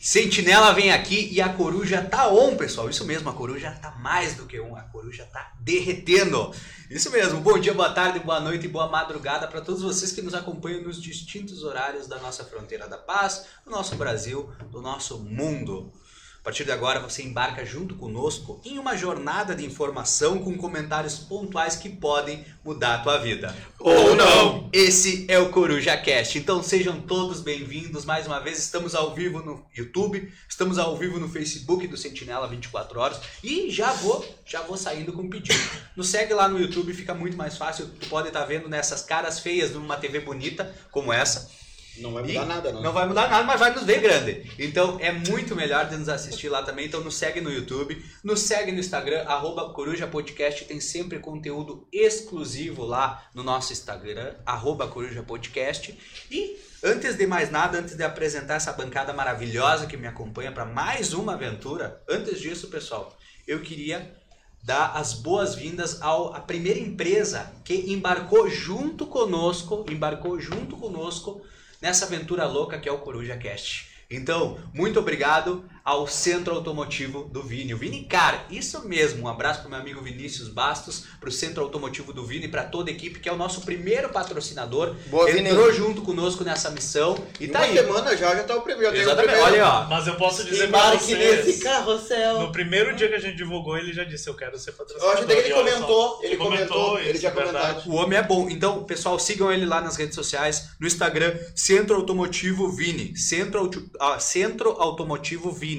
Sentinela vem aqui e a coruja tá on, pessoal. Isso mesmo, a coruja tá mais do que on, a coruja tá derretendo. Isso mesmo. Bom dia, boa tarde, boa noite e boa madrugada para todos vocês que nos acompanham nos distintos horários da nossa fronteira da paz, do nosso Brasil, do nosso mundo. A partir de agora você embarca junto conosco em uma jornada de informação com comentários pontuais que podem mudar a tua vida. Ou não! Esse é o Coruja Cast. Então sejam todos bem-vindos mais uma vez. Estamos ao vivo no YouTube, estamos ao vivo no Facebook do Sentinela 24 horas e já vou, já vou saindo com um pedido. Nos segue lá no YouTube, fica muito mais fácil. Tu pode estar vendo nessas caras feias numa TV bonita como essa. Não vai mudar E nada, não. Não vai mudar nada, mas vai nos ver grande. Então é muito melhor de nos assistir lá também. Então nos segue no YouTube, nos segue no Instagram, arroba Coruja Podcast. Tem sempre conteúdo exclusivo lá no nosso Instagram, arroba Coruja Podcast. E antes de mais nada, antes de apresentar essa bancada maravilhosa que me acompanha para mais uma aventura, antes disso, pessoal, eu queria dar as boas-vindas ao- à primeira empresa que embarcou junto conosco, embarcou junto conosco nessa aventura louca que é o Coruja Cast. Então, muito obrigado ao Centro Automotivo do Vini. O Vini Car, isso mesmo. Um abraço para meu amigo Vinícius Bastos, para o Centro Automotivo do Vini, para toda a equipe, que é o nosso primeiro patrocinador. Boa, Vini. Entrou junto conosco nessa missão e tá Uma aí. semana já, já tá o primeiro. já tem o Exatamente. primeiro. Olha, aí, ó. Mas eu posso dizer pra Embarque vocês. nesse carrossel. No primeiro dia que a gente divulgou, ele já disse: Eu quero ser Eu patrocinador. acho até que ele E olha comentou. só, Ele comentou. isso, Ele tinha verdade. comentado. O homem é bom. Então, pessoal, sigam ele lá nas redes sociais, no Instagram, Centro Automotivo Vini. Centro, Auto- ah, Centro Automotivo Vini.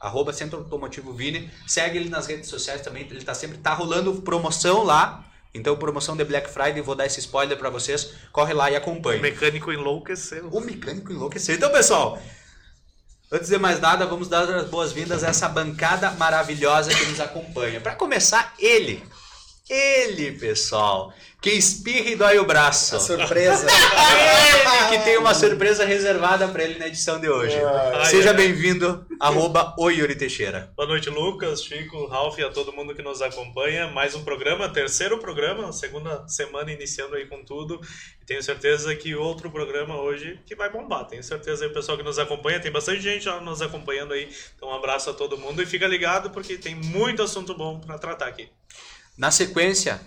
Arroba Centro Automotivo Vini. Segue ele nas redes sociais também. Ele tá sempre. Tá rolando promoção lá. Então, promoção de Black Friday, vou dar esse spoiler pra vocês. Corre lá e O acompanha. mecânico enlouqueceu. O mecânico enlouqueceu. Então, pessoal, antes de mais nada, vamos dar as boas-vindas a essa bancada maravilhosa que nos acompanha. Para começar, ele. Ele, pessoal, que espirra e dói o braço. É A surpresa. é Ele que tem uma surpresa reservada para ele na edição de hoje. Ai, Seja ai, ai. bem-vindo, arroba o Yuri Teixeira. Boa noite, Lucas, Chico, Ralph e a todo mundo que nos acompanha. Mais um programa, terceiro programa, segunda semana iniciando aí com tudo. E tenho certeza que outro programa hoje que vai bombar. Tenho certeza aí, o pessoal que nos acompanha, tem bastante gente já nos acompanhando aí. Então, um abraço a todo mundo e fica ligado porque tem muito assunto bom pra tratar aqui. Na sequência,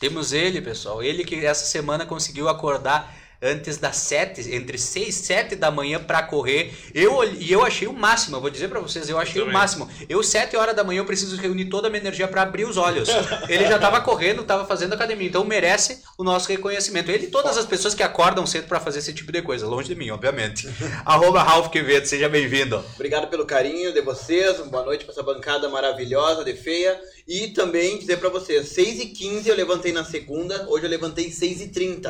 temos ele, pessoal. Ele que essa semana conseguiu acordar antes das 7, entre 6 e 7 da manhã pra correr. Eu olh- e eu achei o máximo, eu vou dizer pra vocês, eu achei o também. máximo. Eu 7 horas da manhã eu preciso reunir toda a minha energia pra abrir os olhos. Ele já tava correndo, tava fazendo academia, então merece o nosso reconhecimento. Ele e todas as pessoas que acordam cedo pra fazer esse tipo de coisa, longe de mim, obviamente. Arroba Ralph Quevedo, seja bem-vindo. Obrigado pelo carinho de vocês. uma Boa noite pra essa bancada maravilhosa de feia. E também dizer pra vocês: 6h15 eu levantei na segunda. Hoje eu levantei 6h30.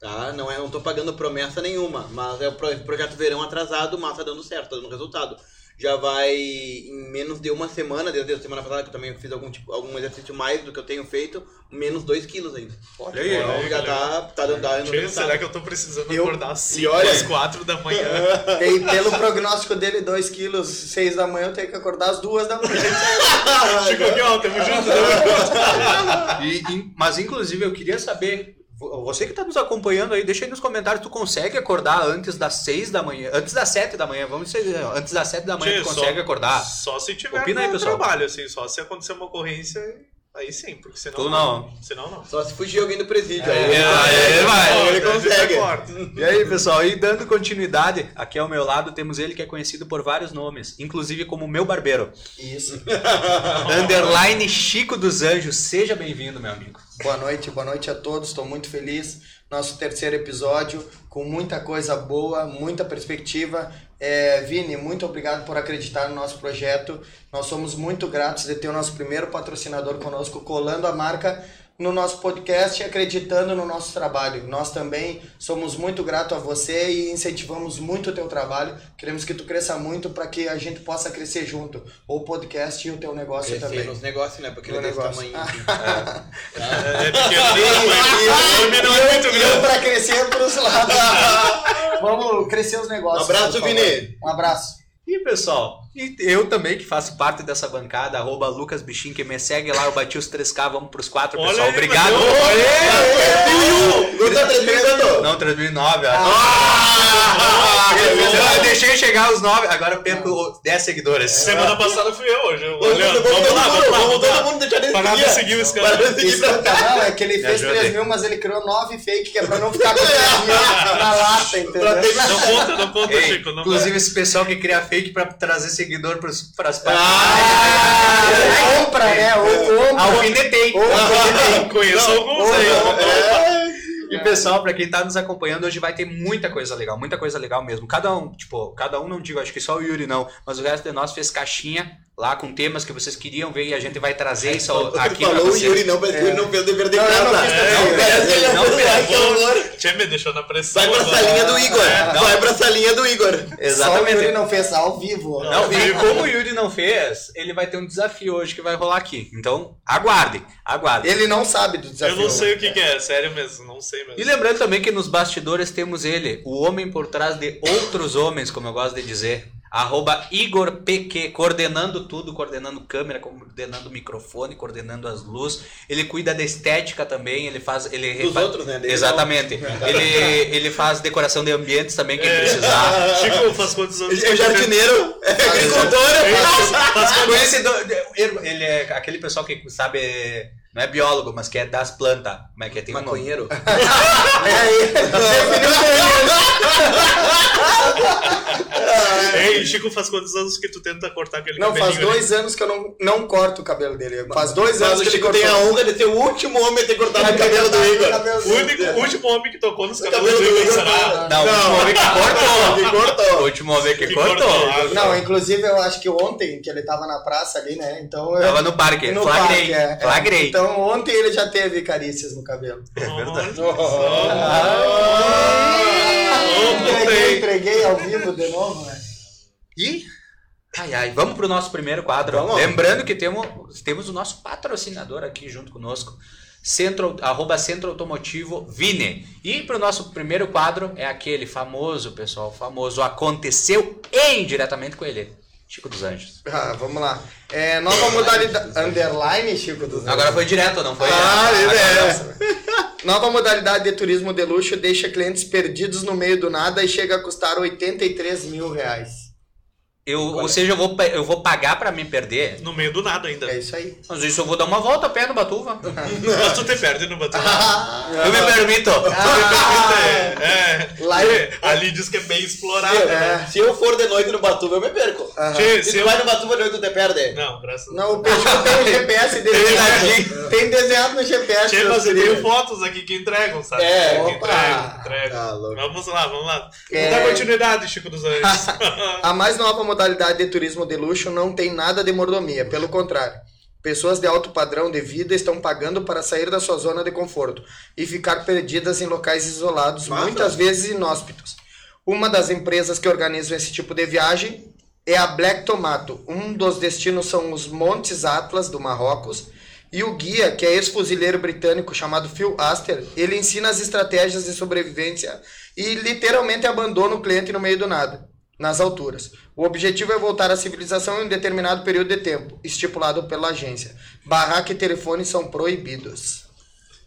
Tá? Não, é, não tô pagando promessa nenhuma. Mas é o pro- projeto verão atrasado, mas tá dando certo, tá dando resultado. Já vai em menos de uma semana, desde a semana passada que eu também fiz algum, tipo, algum exercício mais do que eu tenho feito, menos 2 quilos ainda. Olha aí, Então, olha aí, já tá, galera. né? tá dando tá dando Tchê, resultado. será que eu tô precisando Eu- acordar às e 5, olha- às 4 da manhã? E pelo prognóstico dele, 2 quilos, 6 da manhã, eu tenho que acordar às 2 da manhã. Chico aqui, ó, tamo junto, tamo junto. E, in- mas inclusive eu queria saber, vo- você que está nos acompanhando aí, deixa aí nos comentários, tu consegue acordar antes das 6 da manhã, antes das 7 da manhã, vamos dizer, antes das 7 da manhã Tchê, tu consegue só- acordar? Só se tiver Opina aí, no pessoal. trabalho, assim, só se acontecer uma ocorrência, aí sim, porque senão Tu não. Senão não. Só se fugir alguém do presídio. É, aí- é, vai, ele consegue. E aí, pessoal, e dando continuidade, aqui ao meu lado temos ele que é conhecido por vários nomes, inclusive como meu barbeiro, Isso. Underline Chico dos Anjos, seja bem-vindo, meu amigo. Boa noite, boa noite a todos. Estou muito feliz. Nosso terceiro episódio com muita coisa boa, muita perspectiva. É, Vini, muito obrigado por acreditar no nosso projeto. Nós somos muito gratos de ter o nosso primeiro patrocinador conosco, colando a marca no nosso podcast e acreditando no nosso trabalho. Nós também somos muito gratos a você e incentivamos muito o teu trabalho. Queremos que tu cresça muito para que a gente possa crescer junto, o podcast e o teu negócio Crescer também. nos negócios, né? Porque ele é No desse negócio. Ah, tamanho. assim. É pequenininho, mas o E homem não é muito eu, grande. pra crescer pros lados. Vamos crescer os negócios. Um Abraço, por favor. Vini. Um abraço. E pessoal, E eu também, que faço parte dessa bancada, arroba Lucas Bichin, que me segue lá, eu bati os 3K, vamos pros 4, Olha pessoal. aí, Obrigado. bateu. Não tá transmitindo? Não, 3009. ó. Ah! Eu eu deixei chegar os 9, agora eu perco 10 seguidores. Semana passada fui eu hoje. Vamos Olha, todo vamos lá, mundo, vamos lá, vamos vamos todo lá. mundo deixar nesse Parar de dia. seguir esse Parar canal. de seguir Isso é pra o canal, é que ele fez ajuda 3 aí. mil, mas ele criou 9 fake, que é pra não ficar com 3 mil na lata, Pra entendeu? ter- Não conta, não conta, Ei, Chico. Não inclusive, esse pessoal que cria fake pra trazer seguidor pros, pras páginas. Ah! Ah, compra, né? Ou É. A compra. alfinetei. Ou conta. Conheço alguns né? aí. E pessoal, pra quem tá nos acompanhando, hoje vai ter muita coisa legal, muita coisa legal mesmo. Cada um, tipo, cada um não digo, acho que só o Yuri não, mas o resto de nós fez caixinha lá com temas que vocês queriam ver e a gente vai trazer isso aqui pra falou o Yuri vocês. não, parece que o Yuri não fez o dever de É. Não, casa. eu não fiz também. Não, parece que ele Não, não fez. Ai, que pelo amor. horror. Tinha me deixou na pressão. Vai pra agora. salinha do Igor. não. Vai pra salinha do Igor. Só o Yuri Exatamente. não fez ao vivo. Não. Não, e como o Yuri não fez, ele vai ter um desafio hoje que vai rolar aqui. Então, aguardem, aguardem. Ele não sabe do desafio. Eu não sei o que, que é, sério mesmo, não sei mesmo. E lembrando também que nos bastidores temos ele, o homem por trás de outros homens, como eu gosto de dizer. Arroba Igor PQ, coordenando tudo, coordenando câmera, coordenando microfone, coordenando as luzes. Ele cuida da estética também, ele faz. Ele Dos refa- outros, né? Dele Exatamente. Ele, ele faz decoração de ambientes também, quem É. precisar. Chico, faz quantos anos? não. É que você- jardineiro, é agricultor. Faz- faz quantos- Conhecedor- Ele é aquele pessoal que sabe. Não é biólogo, mas que é das plantas. Como é que é? Tem um nome. Maconheiro. é. É, Ei, Chico, faz quantos anos que tu tenta cortar aquele Não, faz cabelinho ali? dois anos que eu não, não corto o cabelo dele. Faz dois Mas o anos que ele Chico cortou. tem a honra de ser o último homem a ter É cortado o cabelo do Igor. O único, o último homem que tocou nos O cabelos cabelo do do Igor Igor. será? Não, o último homem que cortou. Que O cortou. último homem que, Que cortou. cortou. Não, inclusive eu acho que ontem, que ele tava na praça ali, né? Então eu. Tava no parque, no flagrei. parque, é. Flagrei. Então ontem ele já teve carícias no cabelo. É Oh, Nossa. Ah, ontem. entreguei, entreguei ao vivo de novo, né? E. Ai, ai, vamos pro nosso primeiro quadro. Vamos. Lembrando que temos, temos o nosso patrocinador aqui junto conosco. Centro, arroba Centro Automotivo Vine. E pro nosso primeiro quadro é aquele famoso, pessoal, famoso. Aconteceu em diretamente com ele. Chico dos Anjos. Ah, vamos lá. É, nova modalidade. Underline, Chico dos Anjos. Agora foi direto, não foi? né? Ah, Agora- é. Nova modalidade de turismo de luxo deixa clientes perdidos no meio do nada e chega a custar 83 mil reais. Eu, ou seja, eu vou, pa- eu vou pagar pra me perder. No meio do nada ainda. É isso aí. Mas isso eu vou dar uma volta a pé no Batuva. Mas tu te perde no batom. Eu me permito. Ah, É, Lá- é. Ali diz que é bem explorado, né? Se eu for de noite no Batuva, eu me perco. Tchê, Se se tu eu- vai no Batuva de noite, tu te perde. Não, graças a Deus. Não, o Peugeot tem o GPS desenhado. Tem desenhado no GPS. Tchê, meus mas eu queridos. tenho fotos aqui que entregam, sabe? É, que opa. entregam, entregam. Tá louco. Vamos lá, vamos lá. É. Dá continuidade, Chico dos Anjos. A mais nova modalidade de turismo de luxo não tem nada de mordomia, pelo contrário. Pessoas de alto padrão de vida estão pagando para sair da sua zona de conforto e ficar perdidas em locais isolados, Massa. muitas vezes inóspitos. Uma das empresas que organizam esse tipo de viagem é a Black Tomato. Um dos destinos são os Montes Atlas do Marrocos. E o guia, que é ex-fuzileiro britânico chamado Phil Astor, ele ensina as estratégias de sobrevivência e literalmente abandona o cliente no meio do nada, nas alturas. O objetivo é voltar à civilização em um determinado período de tempo, estipulado pela agência. Barraca e telefone são proibidos.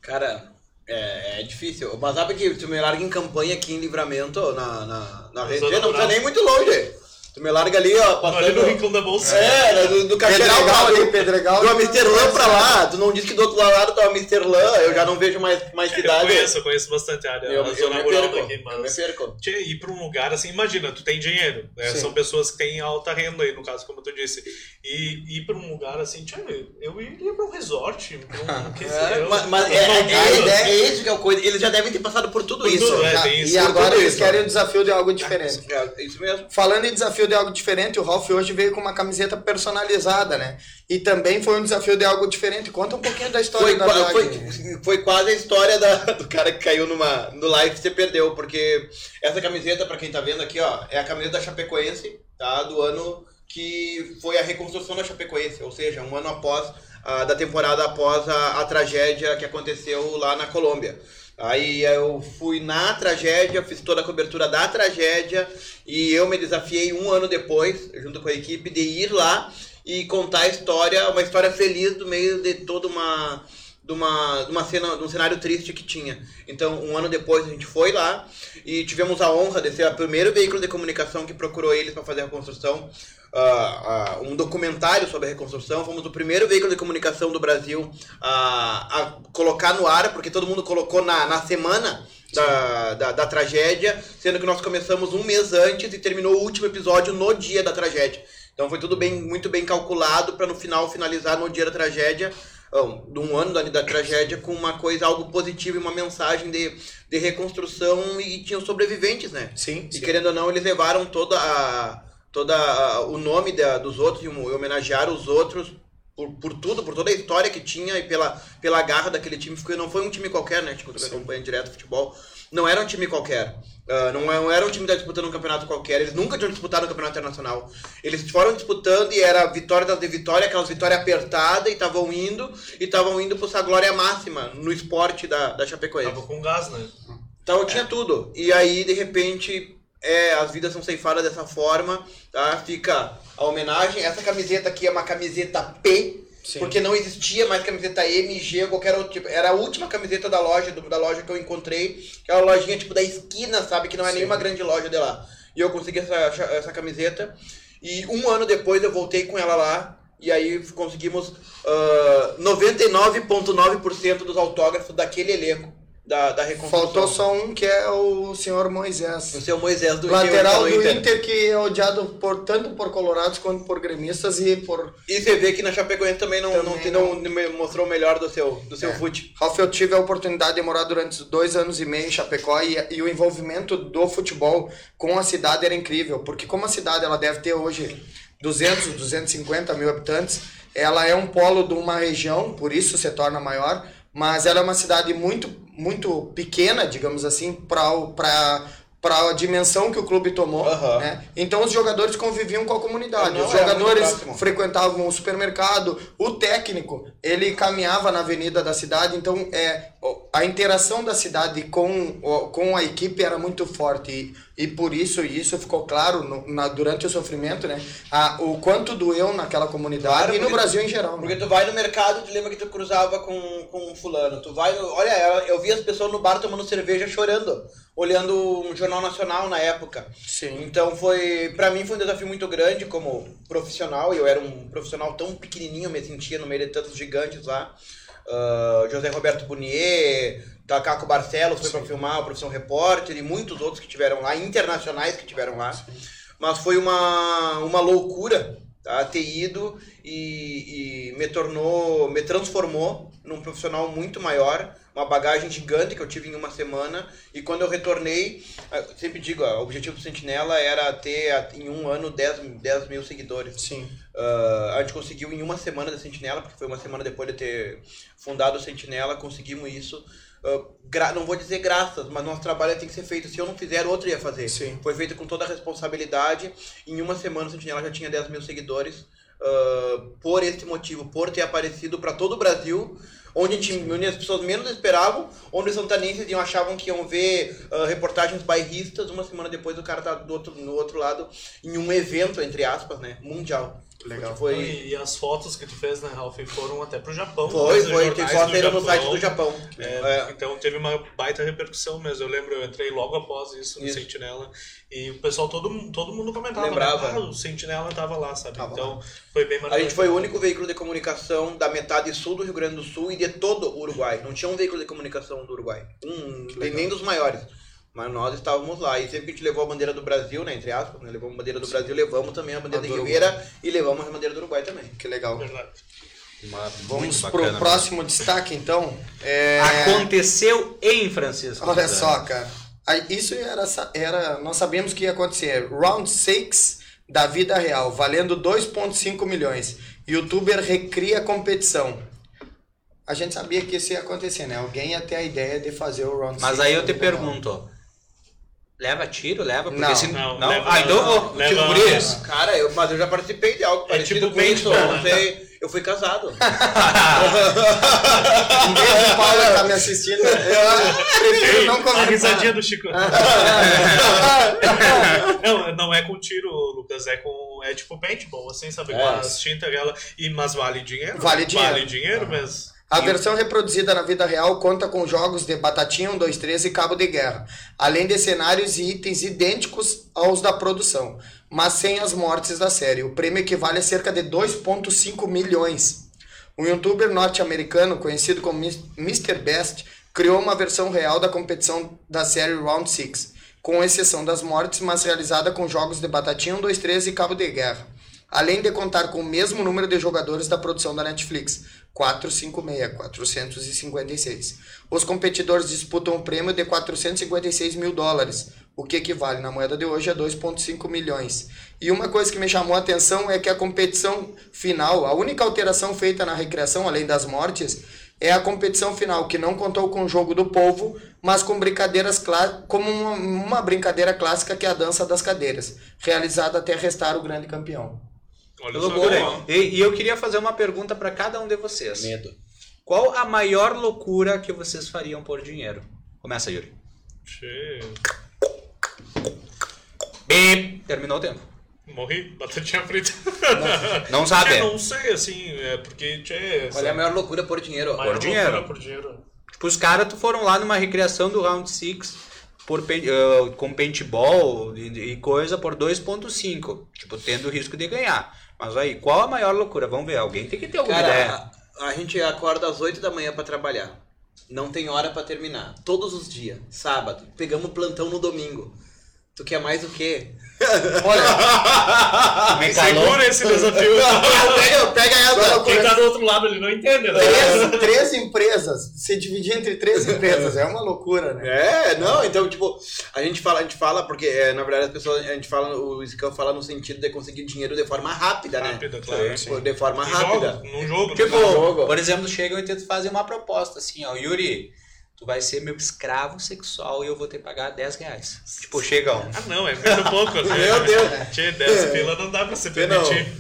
Cara, é, é difícil. Mas sabe que tu me larga em campanha aqui em Livramento, na, na, na Rede, Zona não precisa Rural. nem muito longe. Tu me larga ali, ó, Ali no passando... rincão da bolsa. É, do, do Cacheral Pedregal pra ali, do- Pedregal. Do Amsterdã pra lá, tu não diz que do outro lado tá o Amsterdã, eu já não vejo mais, mais Eu cidade. conheço, eu conheço bastante a área, Eu, a eu zona me rural perco, daqui, eu me mas... perco. Tchê, ir pra um lugar assim, imagina, tu tem dinheiro, né? Sim. são pessoas que têm alta renda aí, no caso, como tu disse, e ir pra um lugar assim, tchê, eu iria pra um resort, pra um, que sei É, eu. mas mas é, Eu não é, quero. é, é isso que é o coisa. Eles já devem ter passado por tudo Por isso. tudo, é. Já- tem isso, tá. e agora tudo eles isso. querem o desafio de algo diferente. É, isso mesmo. Falando em desafio de algo diferente, o Ralph hoje veio com uma camiseta personalizada, né? E também foi um desafio de algo diferente. Conta um pouquinho da história Foi, da qua- viagem. foi, foi quase a história da- do cara que caiu numa, no live e se perdeu, porque essa camiseta, pra quem tá vendo aqui, ó, é a camiseta da Chapecoense, tá? Do ano que foi a reconstrução da Chapecoense, ou seja, um ano após ah, da temporada após a, a tragédia que aconteceu lá na Colômbia. Aí eu fui na tragédia, fiz toda a cobertura da tragédia e eu me desafiei um ano depois, junto com a equipe, de ir lá e contar a história, uma história feliz do meio de toda uma de uma, de uma cena, de um cenário triste que tinha. Então, um ano depois a gente foi lá e tivemos a honra de ser o primeiro veículo de comunicação que procurou eles para fazer a reconstrução, ah, ah, um documentário sobre a reconstrução. Fomos o primeiro veículo de comunicação do Brasil ah, a colocar no ar, porque todo mundo colocou na, na semana. Da, da, da tragédia, sendo que nós começamos um mês antes e terminou o último episódio no dia da tragédia. Então foi tudo bem, muito bem calculado para no final finalizar no dia da tragédia um, de um ano da, da tragédia com uma coisa, algo positivo e uma mensagem de, de reconstrução e tinham sobreviventes, né? Sim, E sim. querendo ou não, eles levaram toda a, toda a- o nome da- dos outros e hom- e homenagearam os outros por, por tudo, por toda a história que tinha e pela, pela garra daquele time, porque não foi um time qualquer, né? Tipo, que acompanha direto o futebol. Não era um time qualquer. Ah, não, é- não era um time que estava disputando um campeonato qualquer. Eles nunca tinham disputado um campeonato internacional. Eles foram disputando e era vitória atrás de vitória, aquelas vitórias apertadas, e estavam indo, e estavam indo para essa glória máxima no esporte da, da Chapecoense. Tava com gás, né? Então É. tinha tudo. E aí, de repente, é, as vidas são ceifadas dessa forma, tá? Fica a homenagem. Essa camiseta aqui é uma camiseta P, Sim. porque não existia mais camiseta M, G, ou qualquer outro tipo. Era a última camiseta da loja, do- da loja que eu encontrei, que é uma lojinha tipo da esquina, sabe? Que não é nenhuma grande loja de lá. E eu consegui essa, essa camiseta. E um ano depois eu voltei com ela lá. E aí conseguimos ah, 99,9% dos autógrafos daquele elenco da, da reconstrução. Faltou só um que é o senhor Moisés. é O seu Moisés do Lateral do Inter, Inter. que é odiado por, tanto por colorados quanto por gremistas e por... E você vê que na Chapecoense também não, Também não, não, mostrou o melhor do seu, do seu É. fute. Ralf, eu tive a oportunidade de morar durante dois anos e meio em Chapecó e, e o envolvimento do futebol com a cidade era incrível, porque como a cidade ela deve ter hoje 200, 250 mil habitantes, ela é um polo de uma região, por isso se torna maior, mas ela é uma cidade muito, muito pequena, digamos assim, para para a dimensão que o clube tomou, Aham. né? Então os jogadores conviviam com a comunidade, Não, os era muito jogadores próximo. frequentavam o supermercado, o técnico, ele caminhava na avenida da cidade, então é, o- a interação da cidade com, o- com a equipe era muito forte e, e por isso, e isso ficou claro no- na- durante o sofrimento, né? A- o quanto doeu naquela comunidade Claro, e no porque- Brasil em geral. né? Porque tu vai no mercado e tu lembra que tu cruzava com, com um fulano. Tu vai. no- Olha, eu, eu vi as pessoas no bar tomando cerveja chorando, olhando um jornal nacional na época. Sim. Então foi. Pra mim foi um desafio muito grande como profissional. Eu era um profissional tão pequenininho, me sentia no meio de tantos gigantes lá. Ah, José Roberto Bunier, Caco Barcelos foi pra filmar, o Profissão Repórter e muitos outros que tiveram lá, internacionais que tiveram lá. Mas foi uma, uma loucura tá? ter ido e, e me tornou, me transformou num profissional muito maior, uma bagagem gigante que eu tive em uma semana. E quando eu retornei, ah, eu sempre digo, ah, o objetivo do Sentinela era ter ah, em um ano 10, mil- 10 mil seguidores. Sim. Ah, a gente conseguiu em uma semana da Sentinela, porque foi uma semana depois de ter fundado o Sentinela, conseguimos isso. Ah, gra- não vou dizer graças, mas nosso trabalho tem que ser feito. Se eu não fizer, outro ia fazer. Sim. Foi feito com toda a responsabilidade. Em uma semana, o Sentinela já tinha 10 mil seguidores. ah, por esse motivo, por ter aparecido para todo o Brasil, onde, a gente- onde as pessoas menos esperavam, onde os santanenses iam, achavam que iam ver ah, reportagens bairristas. Uma semana depois, o cara tá do outro, no outro lado, em um evento, entre aspas, né? Mundial. Legal. Foi, E, e as fotos que tu fez, né, Ralph, foram até pro Japão. foi, né, foi. os Tem jornais foto do ainda no Japão. site do Japão. É, É. Então teve uma baita repercussão mesmo. Eu lembro, eu entrei logo após isso no Isso. Sentinela e o pessoal, todo, mu- todo mundo comentava. Lembrava. né? Ah, o Sentinela tava lá, sabe? Tava então foi bem A marcante. gente foi o único veículo de comunicação da metade sul do Rio Grande do Sul e de todo o Uruguai. Não tinha um veículo de comunicação do Uruguai. Um, nem dos maiores. Mas nós estávamos lá. E sempre que a gente levou a bandeira do Brasil, né? Entre aspas, né, levamos a bandeira do Brasil, levamos também a bandeira A da do Ribeira e levamos a bandeira do Uruguai também. Que legal. Verdade. Uma- Vamos muito pro bacana, próximo destaque, então. né? É... Aconteceu em Francisco. Olha Suzano. só, cara. Aí, Isso era, sa- era. Nós sabíamos que ia acontecer. Round 6 da vida real, valendo 2,5 milhões. Youtuber recria a competição. A gente sabia que isso ia acontecer, né? Alguém ia ter a ideia de fazer o round 6. Mas aí eu te pergunto. Leva tiro, leva? Porque Não. se Não, não. leva- ah, então eu vou. leva- Tipo, guris, Cara, eu, mas eu já participei de algo É parecido tipo com isso. paintball, eu né? sei- Eu fui casado. Um beijo, Paula, que tá me assistindo. Eu prefiro não Ah. a comentar. risadinha do Chico. não, não é com tiro, Lucas, é com. É tipo paintball, assim, sabe? É. Com as tintas e ela. E, mas vale dinheiro? Vale dinheiro. Ah, Vale dinheiro mesmo. A versão reproduzida na vida real conta com jogos de Batatinha 1, 2, 3 e Cabo de Guerra, além de cenários e itens idênticos aos da produção, mas sem as mortes da série. O prêmio equivale a cerca de 2,5 milhões. Um youtuber norte-americano, conhecido como Mis- Mr. Best, criou uma versão real da competição da série Round 6, com exceção das mortes, mas realizada com jogos de Batatinha 1, 2, 3 e Cabo de Guerra. Além de contar com o mesmo número de jogadores da produção da Netflix, 456, 456. Os competidores disputam um prêmio de 456 mil dólares, o que equivale na moeda de hoje é a 2,5 milhões. E uma coisa que me chamou a atenção é que a competição final, a única alteração feita na recreação, além das mortes, é a competição final, que não contou com o jogo do povo, mas com brincadeiras clá- como uma, uma brincadeira clássica que é a dança das cadeiras, realizada até restar o grande campeão. Olha Que só. loucura. E, e eu queria fazer uma pergunta pra cada um de vocês. Medo. Qual a maior loucura que vocês fariam por dinheiro? Começa, Yuri. Che, Terminou o tempo. Morri, batatinha frita. Não sabe. Che, não sei, assim, é porque. Tchê, Olha é a maior loucura por dinheiro. Por dinheiro. Por dinheiro. Tipo, os caras tu foram lá numa recriação do Round 6 por, pen- ah, com paintball e, e coisa por 2.5. Tipo, tendo o risco de ganhar. Mas aí, qual a maior loucura? Vamos ver, alguém tem que é ter alguma ideia. Cara, a, a gente acorda às 8 da manhã pra trabalhar. Não tem hora pra terminar. Todos os dias. Sábado. Pegamos plantão no domingo. Tu quer mais o quê? Olha, Me Segura esse desafio. pega, pega essa. Quem tá do outro lado, ele não entende, né? Três, três empresas, se dividir entre três empresas, é uma loucura, né? É, não, então, tipo, a gente fala, a gente fala, porque, é, na verdade, as pessoas, a gente fala, o Scam fala no sentido de conseguir dinheiro de forma rápida, né? Rápida, claro, sim. De forma Num rápida. jogo, Num jogo. né? Tipo, No jogo. por exemplo, chegam e tentam fazer uma proposta assim, ó, Yuri, tu vai ser meu escravo sexual e eu vou ter que pagar 10 reais. Tipo, chega um. Ah, não, é muito pouco. Assim, Meu Deus. Tchê, 10 pila não dá pra se Não. permitir.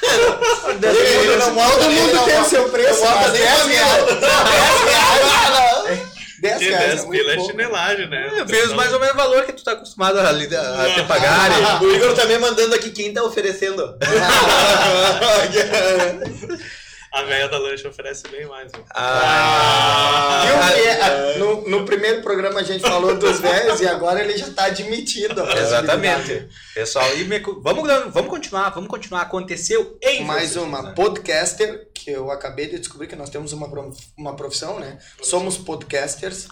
Todo né? mundo tem o seu preço, Eu mas vou 10 reais. 10 reais. 10 Tchê, reais 10 pila é muito É, é pouco. chinelagem, né? Eu fiz mais ou menos o valor que tu tá acostumado a, lidar- a te pagar. Ah, o Igor tá me mandando aqui quem tá oferecendo. A velha da lanche oferece bem mais. né? Ah. Viu que é- no, no primeiro programa a gente falou dos velhos e agora ele já tá admitido. a possibilidade. Exatamente. Pessoal, e me- vamos, vamos continuar, vamos continuar. Aconteceu em Mais vocês, uma, né? podcaster, que eu acabei de descobrir que nós temos uma, pro- uma profissão, né? Somos podcasters.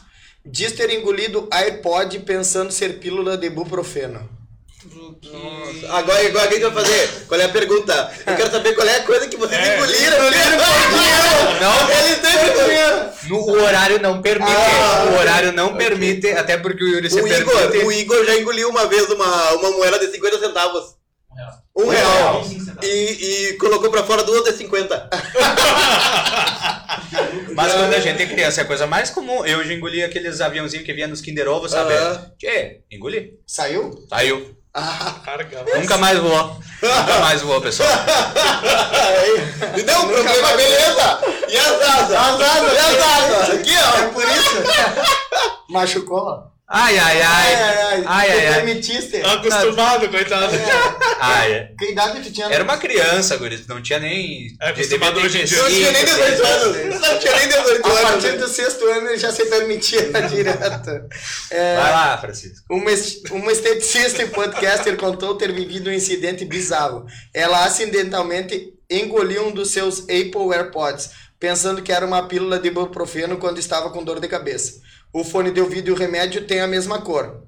Diz ter engolido iPod pensando ser pílula de buprofeno. Agora, agora, o que que eu vou fazer? Qual é a pergunta? Eu quero saber qual é a coisa que vocês É. engoliram. Não, ele tem dinheiro. No, o horário não permite. Ah, o horário não permite, até porque o é Yuri se O permite. Igor, o Igor já engoliu uma vez uma, uma moeda de 50 centavos. Um real. E, e colocou pra fora duas de 50. Mas quando a gente é criança, é a coisa mais comum. Eu já engoli aqueles aviãozinhos que vinha nos Kinder Ovo, sabe? Aham. Tchê, engoli. Saiu? Saiu. Ah, Carga. Nunca mais voou. Nunca mais voou, pessoal. E deu um problema, beleza? E as asas? As asas, e as asas? Aqui, é ó. por isso? Machucou? É, ó. Ai, ai, ai. Ai, ai, ai. Ai, tu ai, ai. permitiste. Tá Acostumado, coitado. ai. é. Que idade tu tinha? Era uma criança, guris. Não tinha nem. É acostumado devia ter hoje em dia. Eu não 15, tinha nem 18 anos. Eu não tinha nem 18 A anos. né? partir do sexto ano ele já se permitia direto. É, Vai lá, Francisco. Uma, es- uma um esteticista e podcaster contou ter vivido um incidente bizarro. Ela acidentalmente engoliu um dos seus Apple AirPods, pensando que era uma pílula de ibuprofeno quando estava com dor de cabeça. O fone de ouvido e o remédio têm a mesma cor,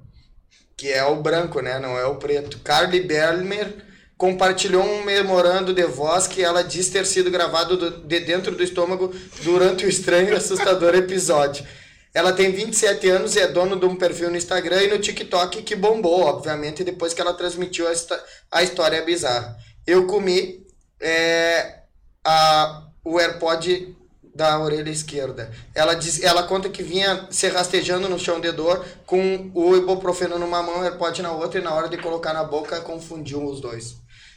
que é o branco, né? Não é o preto. Carly Bermer compartilhou um memorando de voz que ela diz ter sido gravado do- de dentro do estômago durante o estranho e assustador episódio. Ela tem 27 anos e é dono de um perfil no Instagram e no TikTok que bombou, obviamente, depois que ela transmitiu a, histó- a história bizarra. Eu comi é, a, o AirPod da orelha esquerda. Ela, diz, ela conta que vinha se rastejando no chão de dor com o ibuprofeno numa mão, o AirPod na outra e na hora de colocar na boca confundiu os dois.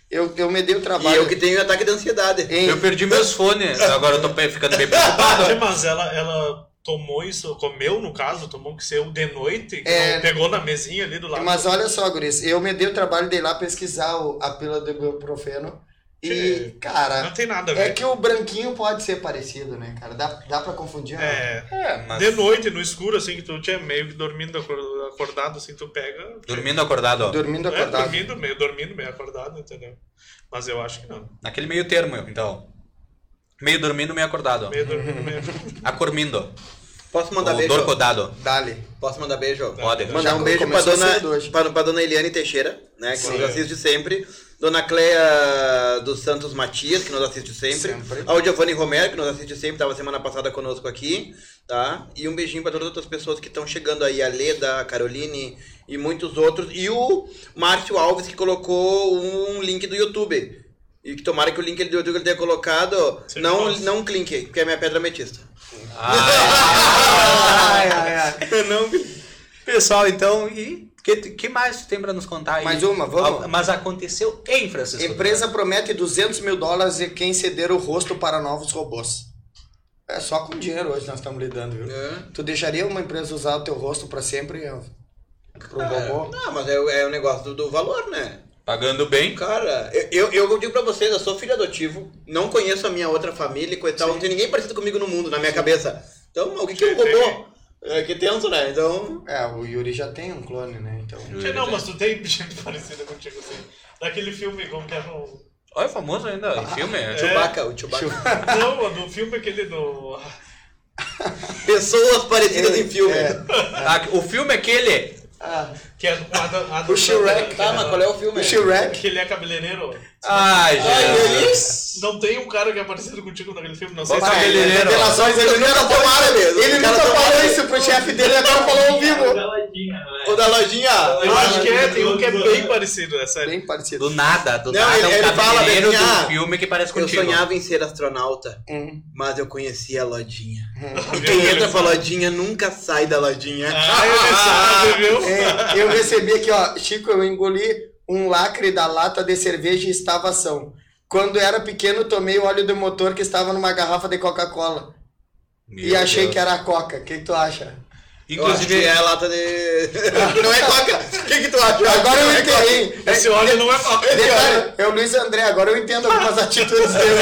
Eu, eu me dei o E trabalho. eu que tenho ataque de ansiedade. Hein? Eu perdi meus fones, agora eu tô pe- ficando bem preocupado. Tá, mas ela, ela tomou isso, comeu no caso, tomou que seu de noite, que É. não pegou na mesinha ali do lado. Mas olha só, Guris, eu me dei o trabalho de ir lá pesquisar o- a pílula do ibuprofeno. E, Não cara, tem nada a é ver. que o branquinho pode ser parecido, né, cara? Dá, dá pra confundir, né? É, É, mas de noite, no escuro, assim, que tu tinha meio que dormindo, acor- acordado, assim, tu pega. dormindo acordado, ó. Dormindo É, acordado. dormindo, meio dormindo, meio acordado, entendeu? Mas eu acho que não. Naquele meio termo, então. Meio dormindo, meio acordado. Meio dormindo, meio. Acormindo. Posso mandar Ou beijo? dorcodado. Dale. Posso mandar beijo? Pode. Mandar um beijo pra Começou dona, cedo hoje. pra, pra dona Eliane Teixeira, né? Que Sim. nos assiste sempre. Dona Cleia dos Santos Matias, que nos assiste sempre. Sempre. Ao Giovanni Romero, que nos assiste sempre, estava semana passada conosco aqui. Tá? E um beijinho pra todas as outras pessoas que estão chegando aí. A Leda, a Caroline e muitos outros. E o Márcio Alves, que colocou um link do YouTube. E que tomara que o link do YouTube que ele tenha colocado. Seja Não, falso. não clique, porque é minha pedra ametista. Ai, ai, ai. não Pessoal, então, e que, que mais tu tem pra nos contar aí? Mais uma, vamos? Al- Mas aconteceu em Francisco. do Empresa promete 200 mil dólares e quem ceder o rosto para novos robôs. É só com dinheiro hoje nós estamos lidando, viu? É. Tu deixaria uma empresa usar o teu rosto pra sempre? eu? Pro robô? Não, mas é, o- é o negócio do- do valor, né? Sul. Pagando bem. Cara, eu, eu, eu digo pra vocês, eu sou filho adotivo, não conheço a minha outra família e coisa e tal, não tem ninguém parecido comigo no mundo, na minha cabeça. Então, o que que é um robô? É, que tenso, né? Então, É, o Yuri já tem um clone, né? Então. Tchê, Não, mas tu tem gente parecida contigo, assim. Daquele filme, como que é o. Olha, famoso ainda, Ah, em filme. é. Chewbacca, o é Chewbacca. Não, do filme aquele do. Pessoas parecidas em filme. É. Ah, o filme é aquele. Ah, Que é do. a- a- O Shrek. Tá, mas qual é o filme? o Shrek? Que ele é cabeleireiro. Ai, é Jesus. Não tem um cara que é parecido contigo naquele filme, não sei Bota se é aquele ele. Cabeleireiro. Revelações, ele nunca Cara falou tomara mesmo, Ele cara nunca falou tomara. isso pro chefe dele, agora falou ao vivo. O da lojinha. Eu acho que é, tem um que é bem parecido, é sério. Bem parecido. Do nada, do Não, nada. ele- um ele fala, cabeleireiro Betinha, do filme que parece Eu contigo. sonhava em ser astronauta, Hum. mas eu conhecia a lojinha. É. Viu? E quem Ele entra pra fala- lojinha nunca sai da lojinha. Ah, ele sabe, viu? É, eu recebi aqui, ó. Chico, eu engoli um lacre da lata de cerveja e estava ação. Quando era pequeno, tomei o óleo do motor que estava numa garrafa de Coca-Cola. Meu E achei Deus. que era a Coca. O que, que tu acha? Inclusive, Inclusive, é a lata de. não é coca. O que, que tu acha? Agora eu Não é coca. entendi. Esse óleo não é papo. Detalhe, é o Luiz André, agora eu entendo algumas atitudes dele.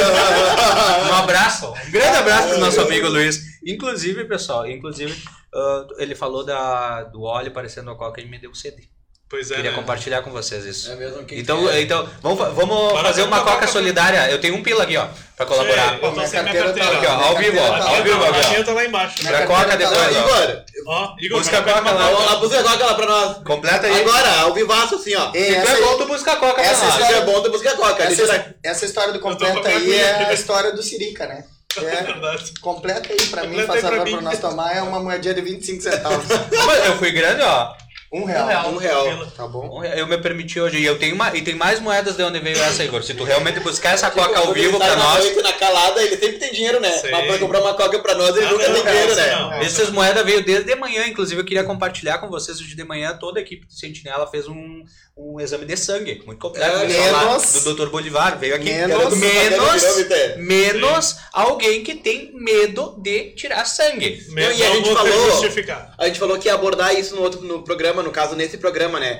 um abraço. Um grande abraço É. pro nosso amigo Luiz. Inclusive, pessoal, inclusive, ah, ele falou da, do óleo parecendo a coca e me deu CD. Pois é, Queria né? compartilhar com vocês isso. É mesmo? Quem então, que é? então, vamos, fa- vamos Parabéns fazer uma pra coca Coca. solidária. Eu tenho um pila aqui, ó, pra colaborar. Sim. Eu tô minha sem minha carteira tá carteira. Aqui, ó, lá. minha ao vivo, carteira ó, tá ao lá. Ah, vivo. não, agora. a minha tá lá embaixo. Minha Pra coca carteira tá depois, Ah, ó. Igor, Ó, Igor, Busca a vai pra coca cá. lá. Alô, Tá, lá, busca a coca lá pra nós. Completa aí. Agora, ao vivaço assim, ó. Ei, Se tu essa, é bom, tu busca a coca essa pra Se nós. história- é bom, tu busca a coca. essa- Deixa eu- essa história do tô com completa a aí minha é aqui. a história do Sirica, né? É É. verdade. Completa aí pra mim, Completa aí faz pra favor mim. pra nós tomar, é uma moedinha de 25 centavos. Mas Eu fui grande, ó. Um Um real. real. Um real. Tá bom? Eu me permiti hoje. E eu tenho uma, e tem mais moedas de onde veio essa, Igor. Se tu realmente buscar essa Tipo, coca ao quando ele vivo sai pra na nós, noite, Na calada, ele sempre tem dinheiro, né? Sim. Mas pra comprar uma coca pra nós, ele Ah, nunca não, tem não, dinheiro, isso né? não. Essas moedas veio desde de manhã, inclusive eu queria compartilhar com vocês hoje de manhã. Toda a equipe do Sentinela fez um, um exame de sangue, muito completo. É, pessoal lá menos- do Dr. Bolivar veio aqui. menos- menos, Não, menos alguém que tem medo de tirar sangue. Mesmo e a gente vou ter que falou- justificar. A gente falou que ia abordar isso no outro no programa, no caso, nesse programa, né?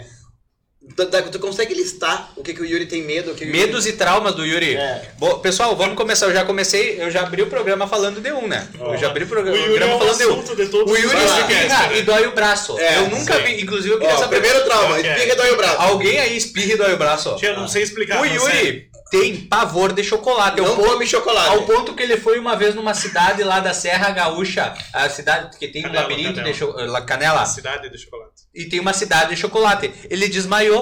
Tu, tu- tu consegue listar o que, que o Yuri tem medo? O que que o Yuri- Medos e traumas do Yuri. É. Bo- pessoal, vamos começar. Eu já comecei, eu já abri o programa falando de um, né? Eu já abri o O programa, Yuri é programa o falando de um. assunto de todos O Yuri Vai lá. espirra e podcasts. né? dói o braço. É, eu nunca sim. vi, inclusive eu queria Ó, saber. primeiro é, trauma, Ok. espiga e dói o braço. Alguém aí espirra e dói o braço. ó. Tchê, eu não sei explicar. O mas sério. Yuri tem pavor de chocolate. Não ao, ponto, come chocolate. ao ponto que ele foi uma vez numa cidade lá da Serra Gaúcha, a cidade que tem Canela, um labirinto Canela. de cho- lá, canela, A cidade do chocolate. e tem uma cidade de chocolate. Ele desmaiou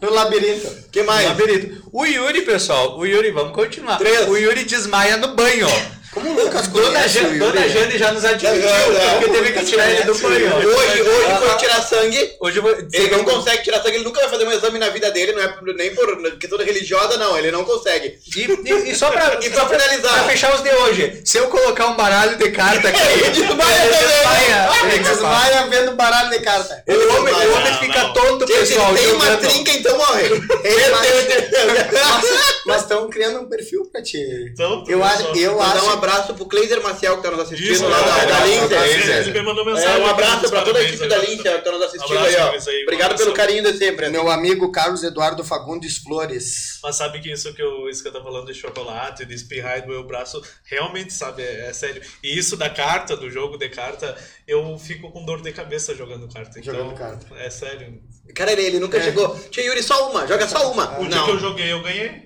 No labirinto. que no mais? labirinto. O Yuri, pessoal, o Yuri, vamos continuar. Três. O Yuri desmaia no banho. Como o Lucas Dona, conhece Ja- o Yuri? Dona Jane já nos admitiu é. Não, não, não. porque teve que tirar ele do Conhece o banho. é. Hoje, hoje foi tirar sangue, Hoje eu vou. Ele é um não consegue tirar sangue, ele nunca vai fazer um exame na vida dele, não é por- nem por questão religiosa, não, ele não consegue. E, e- e só pra, E pra pra finalizar, fechar os de hoje, se eu colocar um baralho de carta aqui, Ele desmaia também. desmaia. Alex Maia vendo baralho de carta. O homem, o homem Não, fica não. tonto, Se pessoal. ele tem uma jogando. trinca, então morre. é Mas estão criando um perfil pra ti. Então, Eu acho, pessoal, eu Mandar um acho abraço pro Cleiser Maciel que tá nos assistindo Isso, lá não, da, cara, da um Linzer. abraço, Linzer. Ele me mandou É, mensagem. um abraço pra toda a Parabéns, equipe da abraço. Linzer que tá nos assistindo Abraço, aí, ó. isso aí, um Obrigado abraço. pelo carinho de sempre. meu amigo Carlos Eduardo Fagundes Flores. Mas sabe que isso que eu, isso que eu tô falando de chocolate, de espirrar e do meu braço, realmente, sabe, é, é sério. E isso da carta, do jogo de carta, eu fico com dor de cabeça jogando carta. Então, Jogando carta. É sério. Cara, ele, ele nunca É. chegou. Tia Yuri, só uma, joga só uma. O dia que eu Não. joguei, eu ganhei.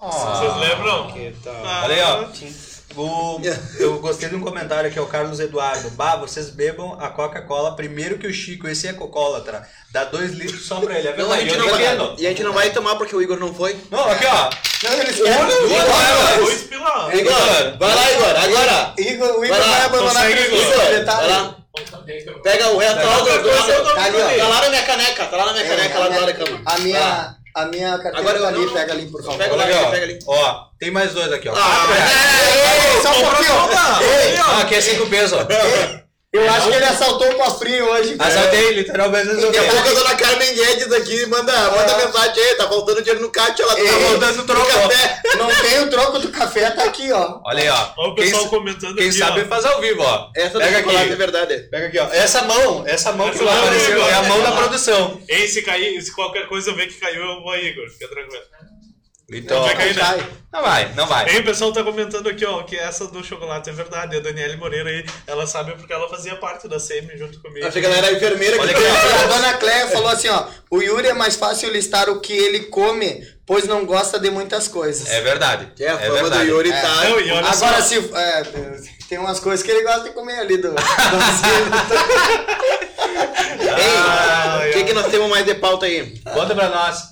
Ah, Vocês lembram? Que tal? Ah, Tá. Olha aí, ó. O- eu gostei de um comentário aqui, é o Carlos Eduardo. Bah, vocês bebam a Coca-Cola primeiro que o Chico. Esse é cocólatra. Dá dois litros só pra ele. É Não, a verdade, gente eu não vai, entendo. e a gente não vai tomar porque o Igor não foi. Não, aqui, ó. Não, eles Duas né? horas. Dois pilar. Igor, vai lá, Igor, agora. Igor, o Igor Vai lá, vai abandonar consegue, a Igor. presença, Igor, ele tá- vai lá. Pega o resto Pega lá outra do coisa, lado. outra Tá ali, ó. coisa. Tá lá na minha caneca, tá lá na minha É, caneca, a lá do minha- lado da cama. A Vai lá. minha, a minha carteira Agora eu tá ali, não- pega ali, por favor. Pega Olha lá, aqui, Igor, ó. pega ali. Ó, tem mais dois aqui, ó. Ah, Quatro reais. Ei, ei, Só um pouquinho. Ei, Não, aqui é cinco pesos, ó. Eu acho que ele assaltou o cofrinho hoje. cara. Assaltei, Ah, literalmente. Daqui a assaltei. pouco a dona Carmen Guedes aqui manda, manda mensagem aí, tá faltando dinheiro no caixa, ela tá Ei, voltando do troco. café. Não tem o troco do café, tá aqui, ó. Olha aí, ó. Olha o Quem pessoal sa- comentando Quem aqui, sabe ó. faz ao vivo, ó. Essa do Pega chocolate é aqui. verdade. Pega aqui, ó. Essa mão, essa mão que Essa lá mão, apareceu Igor. é a mão da produção. Ei, se cair, se qualquer coisa eu ver que caiu, eu vou, Igor. Fica tranquilo. Então, Vai cair, né? não vai, não vai. Aí o pessoal tá comentando aqui, ó, que essa do chocolate é verdade. A Daniele Moreira aí, ela sabe porque ela fazia parte da CM junto comigo. Achei que ela era a enfermeira que Olha aqui, ó. A dona Cléia falou assim, ó. O Yuri é mais fácil listar o que ele come, pois não gosta de muitas coisas. É verdade. Que é a fama verdade. do Yuri É. tá. Não, e olha só. Agora, se... é, tem umas coisas que ele gosta de comer ali do... do Ei, ai, o que, ai. que nós temos mais de pauta aí? Conta pra nós.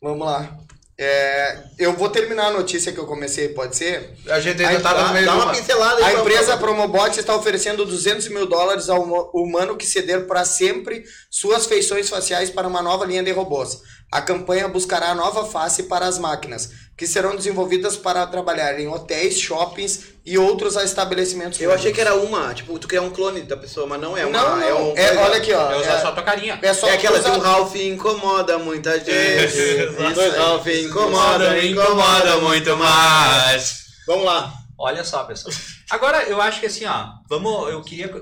Vamos lá. É, eu vou terminar a notícia que eu comecei, pode ser? A gente ainda ainda tava tava no no Dá, meio dá uma pincelada aí. A pra- empresa Promobot está oferecendo 200 mil dólares ao huma- humano que ceder para sempre suas feições faciais para uma nova linha de robôs. A campanha buscará a nova face para as máquinas, que serão desenvolvidas para trabalhar em hotéis, shoppings e outros estabelecimentos. Eu achei que era uma, tipo, tu criar um clone da pessoa, mas não é Não, uma. não. é um- É, olha aqui, ó. Eu usar É- só a tua carinha. É só É aquela de usar- um Ralph incomoda muita gente. Exato. Dois Ralph incomoda, incomoda muito mais. Vamos lá. Olha só, pessoal. Agora, eu acho que assim, ó, vamos, eu queria...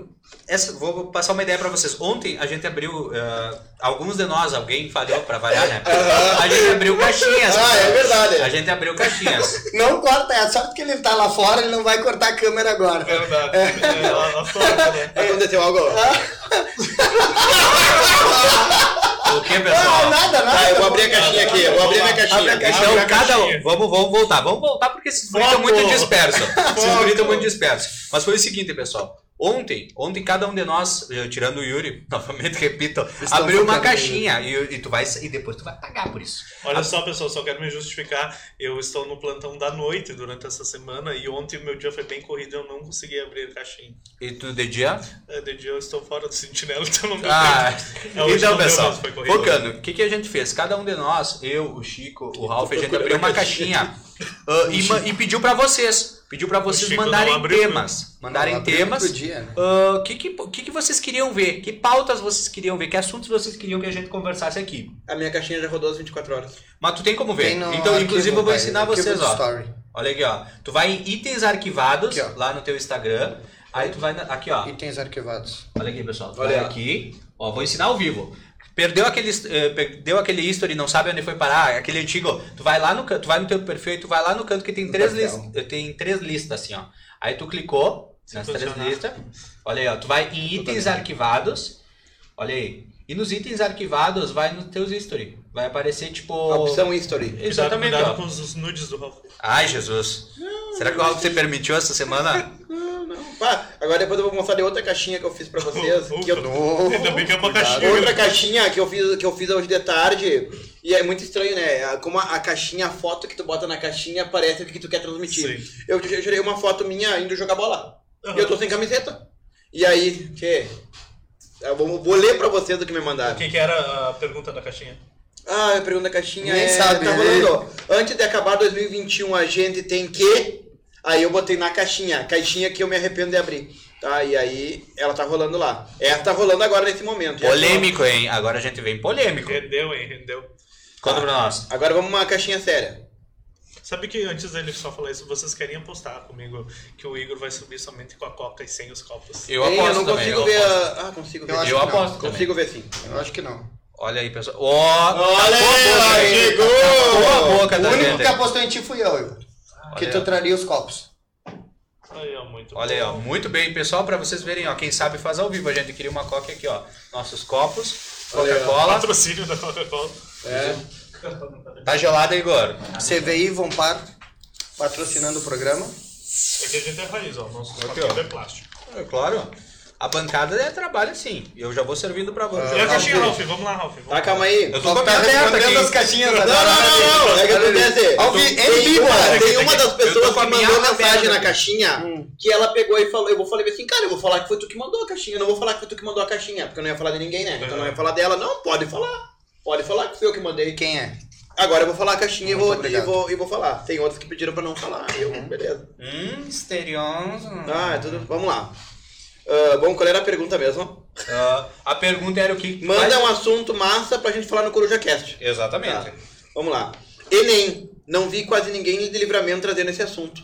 Essa, vou passar uma ideia pra vocês. Ontem a gente abriu, eh, alguns de nós, alguém falhou pra variar, né? A gente abriu caixinhas. Ah, é verdade. A gente abriu caixinhas. Não corta, é sorte que ele tá lá fora, ele não vai cortar a câmera agora. Ah, Verdade. É, ela, ela fala, né? Aconteceu É, algo? O que, pessoal? Não, nada, nada. tá Ah, eu vou abrir a caixinha aqui, eu vou abrir a minha Abre a caixinha. caixinha. Então, Abre a cada um. caixinha. Vamos, vamos voltar. Vamos voltar porque esses guris estão Foco. muito dispersos. Esses Foco. guris estão muito dispersos. Mas foi o seguinte, pessoal. Ontem, ontem cada um de nós, eh, tirando o Yuri, novamente repito, abriu uma focando no Yuri. caixinha e, e tu vai e depois tu vai pagar por isso. Olha só, pessoal, só quero me justificar. Eu estou no plantão da noite durante essa semana e ontem o meu dia foi bem corrido e eu não consegui abrir caixinha. E tu de dia? É, De dia eu estou fora do sentinela, então não deu Ah, tempo. É, hoje então não deu, pessoal, mas foi corrido. né? focando, o que, que a gente fez? Cada um de nós, eu, o Chico, o Ralph, a gente procurando abriu uma a caixinha ah, e, ma- e pediu pra vocês, pediu pra vocês Chico não mandarem abriu, né? temas, mandarem Abre temas outro dia, né? O que, que, que, que vocês queriam ver? Que pautas vocês queriam ver? Que assuntos vocês queriam que a gente conversasse aqui? A minha caixinha já rodou as 24 horas. Mas tu tem como ver. Tem no então, arquivo, inclusive, eu vou pai, ensinar arquivo vocês, do ó. Story. Olha aqui, ó. Tu vai em itens arquivados Aqui, ó. lá no teu Instagram. Aí tu vai na- aqui, ó. Itens arquivados. Olha aqui, pessoal. Tu Olha vai lá. aqui. Ó, vou ensinar ao vivo. Perdeu aquele, eh, perdeu aquele history, não sabe onde foi parar, aquele antigo. Tu vai lá no canto, tu vai no teu perfil, e tu vai lá no canto que tem No três papel. listas, tem três listas assim, ó. Aí tu clicou nas três funcionar. listas. Olha aí, ó, tu vai em itens arquivados. Olha aí. E nos itens arquivados vai nos teus history. Vai aparecer tipo Oh. A opção history. Cuidado, Exatamente, cuidado ó. com os nudes do Ralf. Ai, Jesus. Será que o Algo se permitiu essa semana? Pá, agora depois eu vou mostrar de outra caixinha que eu fiz pra vocês. que eu- Ainda bem que é uma caixinha. Oh, Outra caixinha que eu fiz, que eu fiz hoje de tarde. E é muito estranho, né? A- Como a, a caixinha, a foto que tu bota na caixinha parece o que tu quer transmitir. Sim. Eu, eu tirei uma foto minha indo jogar bola. Aham. E eu tô sem camiseta. E aí, tchê, eu vou, vou ler pra vocês o que me O mandaram. que, que era a pergunta da caixinha? Ah, a pergunta da caixinha Nem é... sabe, tá né? rolando. Antes de acabar 2021, a gente tem que... Aí eu botei na caixinha, a caixinha que eu me arrependo de abrir. Tá, e aí ela tá rolando lá. Essa tá rolando agora nesse momento. E é Polêmico, hein? Agora a gente vem polêmico. Rendeu, hein? Rendeu. Conta pra nós. Agora, agora vamos uma caixinha séria. Sabe que antes dele só falar isso, vocês querem apostar comigo que o Igor vai subir somente com a coca e sem os copos. Eu Ei, aposto eu não também. consigo eu ver aposto. a... Ah, consigo Eu ver. acho Eu que não. aposto também. Consigo ver sim. Eu acho que não. Olha aí, pessoal. Ó, tá Olha aí, ó, chegou! Boa tá boca o da único gente. que apostou em ti fui eu, Igor. Que Olha tu aí. traria os copos. Aí, ó, muito Olha aí, ó. bom. Muito bem, pessoal, pra vocês verem, ó. Quem sabe faz ao vivo. A gente queria uma coca aqui, ó. Nossos copos, Olha aí, ó. Coca-Cola. Patrocínio da Coca-Cola. É. Tá gelada, Igor. CVI Vompar patrocinando o programa. É que a gente é raiz, ó. Nosso Aqui, papel ó. é plástico. É claro. A bancada é trabalho, sim. Eu já vou servindo pra Ah, vocês. E a Ralph. caixinha, Ralph? Vamos lá, Ralph. Vamos Tá, lá. calma aí. Eu Só tô com a tá minha aberta respondendo aqui. as caixinhas agora. Não, não, não, não. É que acontece. Ao vi- Tem em vivo, uma- cara. Tem uma das assim, Eu tô pessoas com a que minha Hum. mandou arma mensagem aberta. na caixinha que ela pegou e falou. Eu vou falar assim, cara, eu vou falar que foi tu que mandou a caixinha. Eu não vou falar que foi tu que mandou a caixinha, porque eu não ia falar de ninguém, né? Então eu não É. ia falar dela. Não, pode falar. Pode falar que foi eu que mandei. Quem é? Agora eu vou falar a caixinha e Muito vou, e, obrigado. vou, e vou falar. Tem outros que pediram pra não falar. Uhum. Eu, beleza. Hum, misterioso. Ah, é tudo. Vamos lá. Ah, bom, qual era a pergunta mesmo? Ah, a pergunta era o que... Manda um assunto massa pra gente falar no Coruja Cast. Exatamente. Tá. Vamos lá. Enem. Não vi quase ninguém de livramento trazendo esse assunto.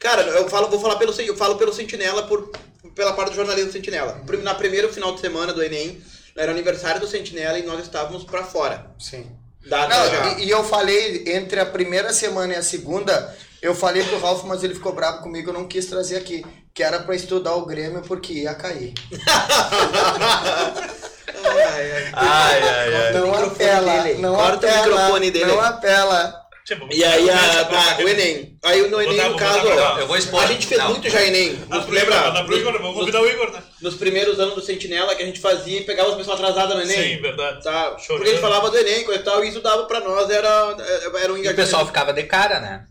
Cara, eu falo, vou falar pelo, sen- eu falo pelo Sentinela, por, pela parte do jornalismo Sentinela. Prim- Na primeira final de semana do Enem, era aniversário do Sentinela e nós estávamos pra fora. Sim. Da, Não, da- e, e eu falei, entre a primeira semana e a segunda, eu falei pro Ralf, mas ele ficou bravo comigo, eu não quis trazer aqui. Que era pra estudar o Grêmio porque ia cair. Ai, Tá. ai. Ai, ai, ai. não microfone apela, dele. não Corta o apela, microfone dele. não apela. Tipo, E aí a, vamos lá. a- Ah, o Enem. Aí no Enem, dar- no vou dar caso, pra Eu vou expor. a gente fez Não. muito já Enem. Dá Nos, pro Igor, dá lembra? pro Igor. Vamos convidar o Igor, né? Nos primeiros anos do Sentinela que a gente fazia e pegava as pessoas atrasadas no Enem. Sim, verdade. Tá, Chorando. porque a gente falava do Enem, coisa e tal, e isso dava pra nós, era, era um E o engajamento. pessoal ficava de cara, né?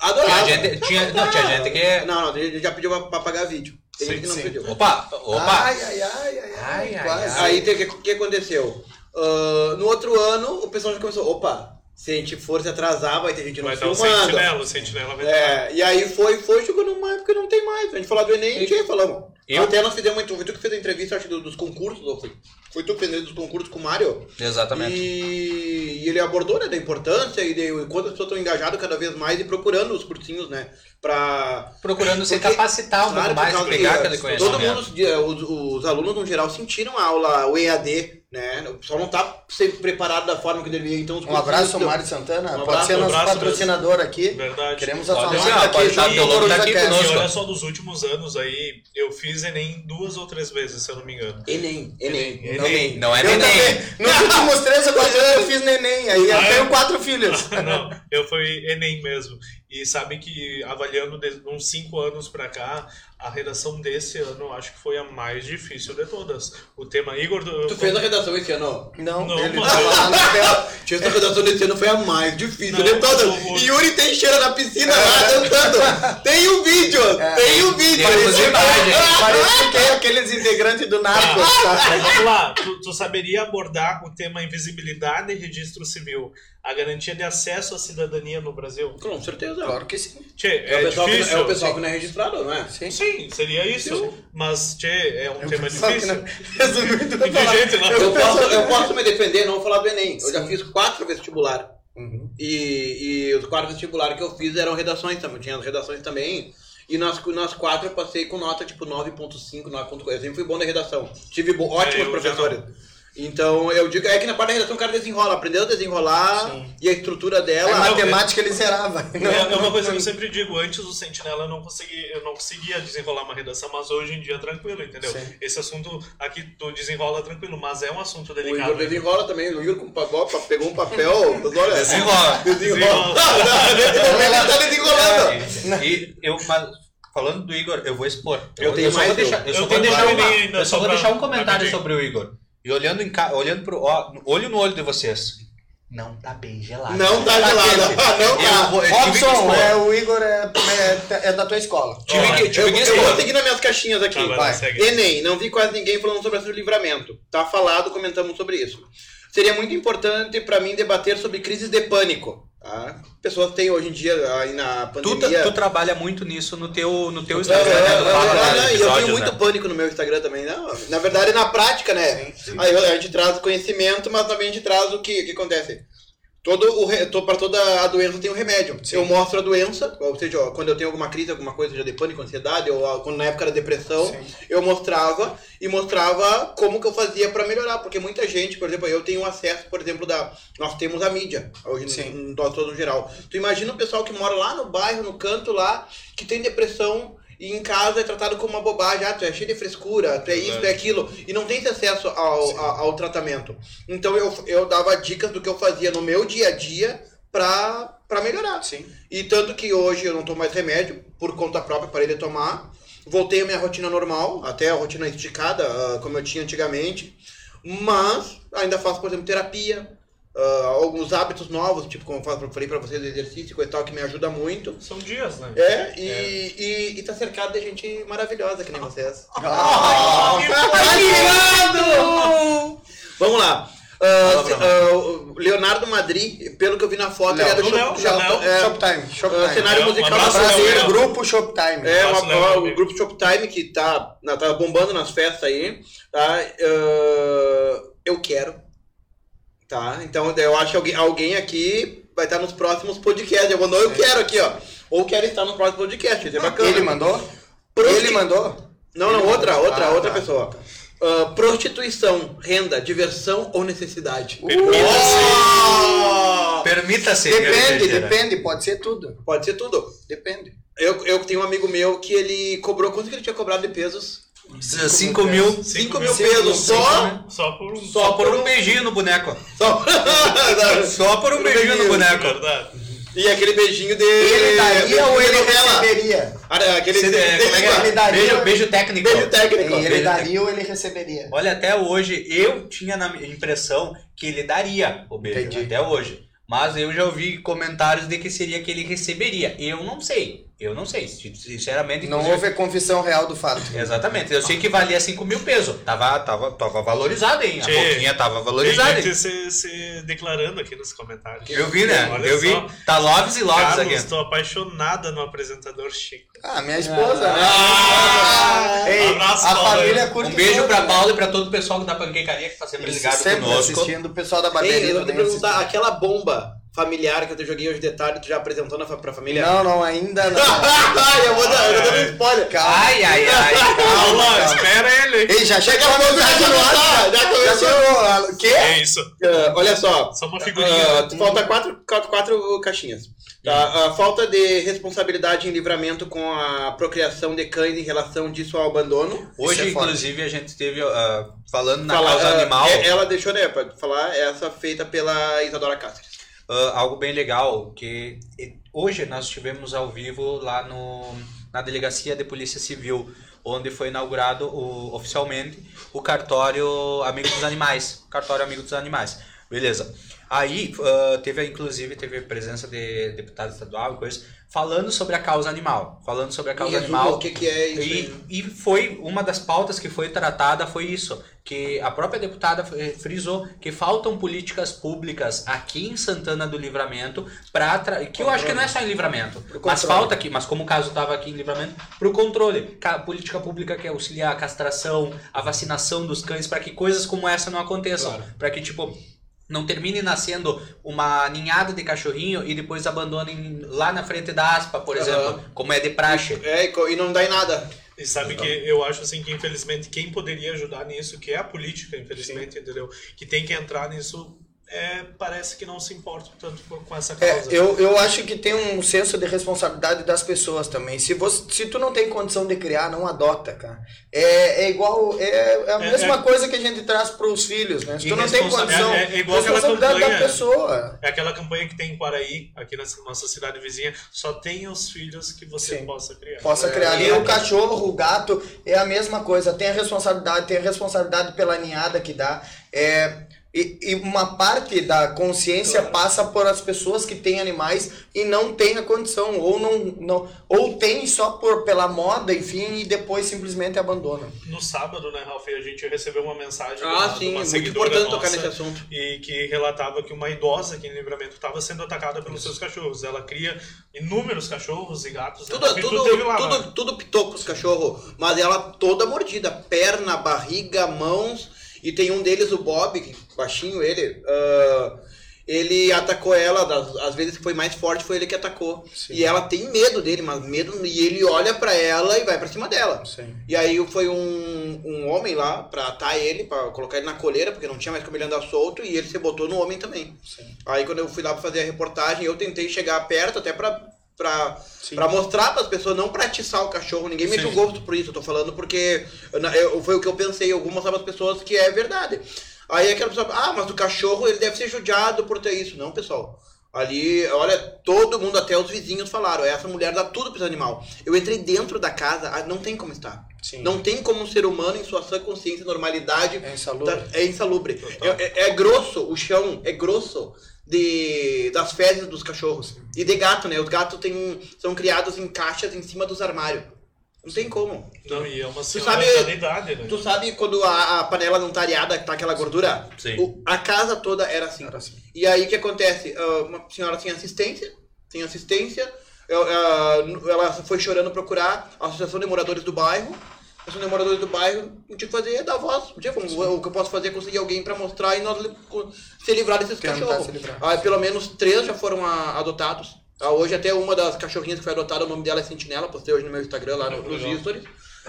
adorava. Tinha gente, tinha, não, tinha gente que... Não, não, tem gente que já pediu pra, pra pagar vídeo. Tem Sim, gente que não sim. pediu. Opa, opa. Ai, ai, ai, ai, ai, Ai, ai, quase. Aí teve- o que, que aconteceu? Ah, no outro ano, o pessoal já começou, opa, se a gente for se atrasar, vai ter gente não Vai um dar o filmando. sentinela, o sentinela vai dar. É, e aí foi, foi, chegou numa época que não tem mais. A gente falou do Enem, a gente falamos. Eu- Até nós fizemos, tu, tu que fez a entrevista, acho, do- dos concursos, ou foi, foi tu que fez dos concursos com o Mário? Exatamente. E, e ele abordou, né, da importância e de, quanto as pessoas estão engajadas cada vez mais e procurando os cursinhos, né, pra... Procurando se Porque- capacitar um Claro, pouco mais, por causa pegar que aquele Todo conhecimento. mundo, eh, os, os alunos no geral sentiram a aula, o EAD, né, o pessoal não tá sempre preparado da forma que deveria, então... Os Um abraço ao cursinhos- Mário Santana, Um pode abraço, ser um nosso abraço, patrocinador aqui. um- Verdade. Queremos a Pode sua ser, marca pode aqui estar junto pelo com o outro Coruja aqui Cast. conosco. E olha só, nos últimos anos aí, eu fiz Enem duas ou três vezes, se eu não me engano. Enem, Enem, Enem, não Enem. Enem. Não é Eu também. neném. Nos últimos três ou quatro anos eu fiz neném, aí eu Ah, é? tenho quatro filhos. Não, eu fui Enem mesmo. E sabe que, avaliando de uns cinco anos pra cá, a redação desse ano eu acho que foi a mais difícil de todas. O tema Igor. Tu fez a redação esse ano, Não, Não, ele mano. tava lá no papel. Tinha essa redação desse ano foi a mais difícil Não, de todas. o- o- E Yuri tem cheira na piscina lá É. dançando. Tem o vídeo, tem o vídeo. Temos imagem. Parecia que é aqueles integrantes do Narcos. tá? Mas vamos lá, tu, tu saberia abordar o tema invisibilidade e registro civil, a garantia de acesso à cidadania no Brasil? Com certeza. É. Claro que sim. Tchê, É, é, o pessoal que- difícil. é o pessoal que não é registrado, não é? Sim. Sim, seria isso. Mas, tchê, é um tema Só que difícil. não- Resumindo, eu Tem falava- gente lá. Eu posso, pensava- eu posso me defender, não vou falar do Enem. Eu já Sim. fiz quatro vestibular. Uhum. E, e os quatro vestibulares que eu fiz eram redações também. Tinha as redações também. E nas, nas quatro eu passei com nota tipo 9.5, 9.4. Eu sempre fui bom na redação. Tive bo- ótimos eu já professores. Então eu digo, é que na parte da redação o cara desenrola. Aprendeu a desenrolar e a estrutura A dela. matemática ele zerava. Não, é, é uma coisa que eu sempre digo, antes do Sentinela eu não conseguia, eu não conseguia desenrolar uma redação, mas hoje em dia é tranquilo, entendeu? Sim. Esse assunto aqui tu desenrola tranquilo, mas é um assunto O Igor delicado. desenrola também. O Igor com pagou, pa- pegou um papel. mas olha, Desenrola. Desenrola. Ele tá desenrolando. E eu, mas, falando do Igor, eu vou expor. Eu tenho só mais vou eu. deixar, eu só Eu vou tenho deixar, mais uma- ninguém ainda, eu só só vou pra- deixar um comentário rapidinho. sobre o Igor. E olhando, em ca, olhando pro ó, olho no olho de vocês. Não tá bem gelado. Não tá gelado. Não tá. Eu vou- eu tive que Robson, expor. é, o Igor é, é- é da tua escola. Tive que, tive Eu, que eu vou expor. seguir nas minhas caixinhas aqui. Tá, vai lá, Vai. segue. Enem, não vi quase ninguém falando sobre esse livramento. Tá falado, comentamos sobre isso. Seria muito importante pra mim debater sobre crises de pânico. Tá? Pessoas têm hoje em dia, aí na Tu, tá pandemia... tra- tu trabalha muito nisso no teu, no teu Não, não, Instagram, né? não, Tu não, fala, não, né? não, e eu episódios, tenho muito né? pânico no meu Instagram também, não. Na verdade, na prática, né? Aí a gente traz o conhecimento, mas também a gente traz o que, o que acontece. Todo o re... to- Pra toda a doença tem um remédio. Eu mostro a doença, ou seja, ó, quando eu tenho alguma crise, alguma coisa já de pânico, ansiedade, ou ah, quando na época da depressão, eu mostrava e mostrava como que eu fazia pra melhorar, porque muita gente, por exemplo, eu tenho acesso, por exemplo, da nós temos a mídia hoje Sim. no, no, todo no geral. Tu imagina o pessoal que mora lá no bairro, no canto lá, que tem depressão e em casa é tratado como uma bobagem, ah, tu é cheio de frescura, tu é isso, tu é aquilo, e não tem esse acesso ao, a- ao tratamento. Então eu, eu dava dicas do que eu fazia no meu dia a dia pra, pra melhorar. Sim. E tanto que hoje eu não tomo mais remédio, por conta própria parei de tomar. Voltei à minha rotina normal, até a rotina esticada, ah, como eu tinha antigamente. Mas ainda faço, por exemplo, terapia, ah, alguns hábitos novos, tipo como eu faço- falei pra vocês, exercício e coisa e tal, que me ajuda muito. São dias, né? É, e, E, e tá cercado de gente maravilhosa que nem vocês. É. Vamos lá. Ah, Fala pra se- ah, o Leonardo Madrid, pelo que eu vi na foto, Léo. ele é era Do Léo, Shop- do Léo. é, Shoptime, ah, Shoptime. cenário Léo, um musical abraço, Léo. brasileiro. Prazer, grupo Shoptime. É, Nossa, uma- né, uma- meu o amigo? grupo Shoptime que tá, na- tá bombando nas festas aí, tá? Ah, eu quero. Tá? Então eu acho que alguém, alguém aqui vai estar nos próximos podcasts. Eu mandou eu quero aqui, ó. Ou quero estar no próximo podcast, isso é bacana. Ah, Ele mandou? Prosti- Ele mandou? Não, não, outra, mandou. outra, Ah, outra tá. pessoa. Ah, prostituição, renda, diversão ou necessidade? Oh! Permita-se. Depende, Permita-se. depende, pode ser tudo. Pode ser tudo. Depende. Eu, eu tenho um amigo meu que ele cobrou. Quanto que ele tinha cobrado de pesos? 5 mil 5 Cinco mil Cinco mil, pesos só? cinco Só por um. só por um beijinho no boneco. Só, Só por um beijinho no né, boneco. Verdade. E aquele beijinho de. Ele daria ou ele receberia? Ah, aquele Você- é, como é que é? Ele daria- Beijo, beijo técnico. Beijo técnico. E ele Ele- daria ou ele receberia? Olha, até hoje eu tinha na impressão que ele daria o beijo, Entendi. até hoje. Mas eu já ouvi comentários de que seria que ele receberia. Eu não sei. Eu não sei. sin- Sinceramente, Não inclusive- houve a confissão real do fato. Exatamente. Eu sei que valia 5 mil pesos. Tava, tava, tava valorizado, hein? A Tchê. boquinha tava Tem valorizada. hein? gente se, se declarando aqui nos comentários. Eu vi, né? Olha eu vi. só. Tá Loves e Loves Carlos, aqui. tô apaixonada no apresentador Chico. Ah, minha esposa, né? Ah! Ei, Abraço, a Paula. família curte Um beijo tudo, pra né? Paulo e pra todo o pessoal da Panquecaria que tá sempre Eles ligado sempre conosco. assistindo, o pessoal da Ei, barbearia eu vou te também assim. perguntar, assistindo. aquela bomba familiar que eu te joguei hoje de tarde, tu já apresentou na, fa- pra família? Não, não, ainda não. Ai, eu vou dar, eu tô dando spoiler. Calma. Ai, ai, ai. é Calma, espera ele. Ei, já Daqui chega a pouco já já começou, já Já começou. chegou. O quê? É isso. Ah, olha só. Só uma Ah, figurinha. tu falta quatro, quatro, quatro caixinhas. Tá? Ah, falta de responsabilidade em livramento com a procriação de cães em relação disso ao abandono. Hoje, Isso é foda. inclusive, a gente teve ah, falando na Fala- causa ah, animal. é- Ela deixou, né, pra falar, essa feita pela Isadora Cáceres. Ah, algo bem legal que eh, hoje nós tivemos ao vivo lá no, na delegacia de polícia civil onde foi inaugurado o- oficialmente o cartório amigo dos animais cartório amigo dos animais beleza aí ah, teve inclusive teve presença de deputado estadual e coisa falando sobre a causa animal falando sobre a causa Em resumo, animal O que, que é isso? e, aí? e foi uma das pautas que foi tratada foi isso que a própria deputada eh, frisou que faltam políticas públicas aqui em Santana do Livramento para que eu acho que não é só em Livramento mas falta aqui mas como o caso estava aqui em Livramento para o controle Ca- política pública que auxilia a castração a vacinação dos cães para que coisas como essa não aconteçam para que tipo não termine nascendo uma ninhada de cachorrinho e depois abandonem lá na frente da aspa, por Aham. exemplo, como é de praxe. É, e co- e não dá em nada. E sabe que eu acho assim que infelizmente quem poderia ajudar nisso, que é a política, infelizmente, entendeu? Que tem que entrar nisso, é, parece que não se importa tanto com- com essa É, causa. eu, eu acho que tem um senso de responsabilidade das pessoas também. Se, você, se tu não tem condição de criar, não adota, cara. É, é igual. É, é a É, mesma coisa que a gente traz pros filhos, né? Se E tu não tem responsa- condição. é- é igual aquela responsabilidade da campanha. pessoa. É aquela campanha que tem em Quaraí, aqui na nossa cidade vizinha, só tem os filhos que você Sim. possa criar. Possa criar ali é, o cachorro, o gato, é a mesma coisa. Tem a responsabilidade, tem a responsabilidade pela ninhada que dá. É, E, e uma parte da consciência passa por as pessoas que têm animais e não têm a condição, ou não, não ou tem só por pela moda, enfim, e depois simplesmente abandonam. No sábado, né, Ralf, a gente recebeu uma mensagem Ah, de uma- de sim, é uma muito seguidora importante tocar nossa nesse assunto. e que relatava que uma idosa aqui em Livramento estava sendo atacada pelos seus cachorros. Ela cria inúmeros cachorros e gatos. né? Tudo, Porque tudo, teve lá, né? tudo, tudo pitoco os cachorro, mas ela toda mordida, perna, barriga, mãos, e tem um deles, o Bob, que baixinho ele, ah, ele atacou ela, das, as vezes que foi mais forte foi ele que atacou. Sim. E ela tem medo dele, mas medo, e ele olha pra ela e vai pra cima dela. Sim. E aí foi um, um homem lá pra atar ele, pra colocar ele na coleira, porque não tinha mais como ele andar solto, e ele se botou no homem também. Sim. Aí quando eu fui lá pra fazer a reportagem, eu tentei chegar perto até pra, pra, Sim. pra mostrar pras pessoas, não pra atiçar o cachorro. Ninguém me Sim. julgou por isso, eu tô falando porque eu na- eu- foi o que eu pensei. Eu vou mostrar pras pessoas que é verdade. Aí aquela pessoa, ah, mas o cachorro ele deve ser judiado por ter isso. Não, pessoal. Ali, olha, todo mundo, até os vizinhos falaram, essa mulher dá tudo pros animal. Eu entrei dentro da casa, ah, não tem como estar. Sim. Não tem como um ser humano, em sua sã consciência, normalidade, É insalubre. tá- é insalubre. É, é- é grosso, o chão é grosso de, das fezes dos cachorros. E de gato, né? Os gatos tem, são criados em caixas em cima dos armários. Não tem como. Não, e é uma Tu senhora sabe- da idade, né? Tu sabe quando a, a panela não tá areada, que tá aquela gordura? Sim. O- a casa toda era assim. Era assim. E aí o que acontece? Ah, uma senhora sem assistência, sem assistência, eu- ah, nu- ela foi chorando procurar a Associação de Moradores do Bairro. A Associação de Moradores do Bairro, não tinha o que fazer é dar voz. Não tinha como. o que eu posso fazer é conseguir alguém pra mostrar e nós li- co- se livrar desses Tentar cachorros. se livrar. Ah, pelo menos três já foram ah, adotados. Ah, hoje até uma das cachorrinhas que foi adotada, o nome dela é Sentinela, postei hoje no meu Instagram, lá Ah, no, nos stories.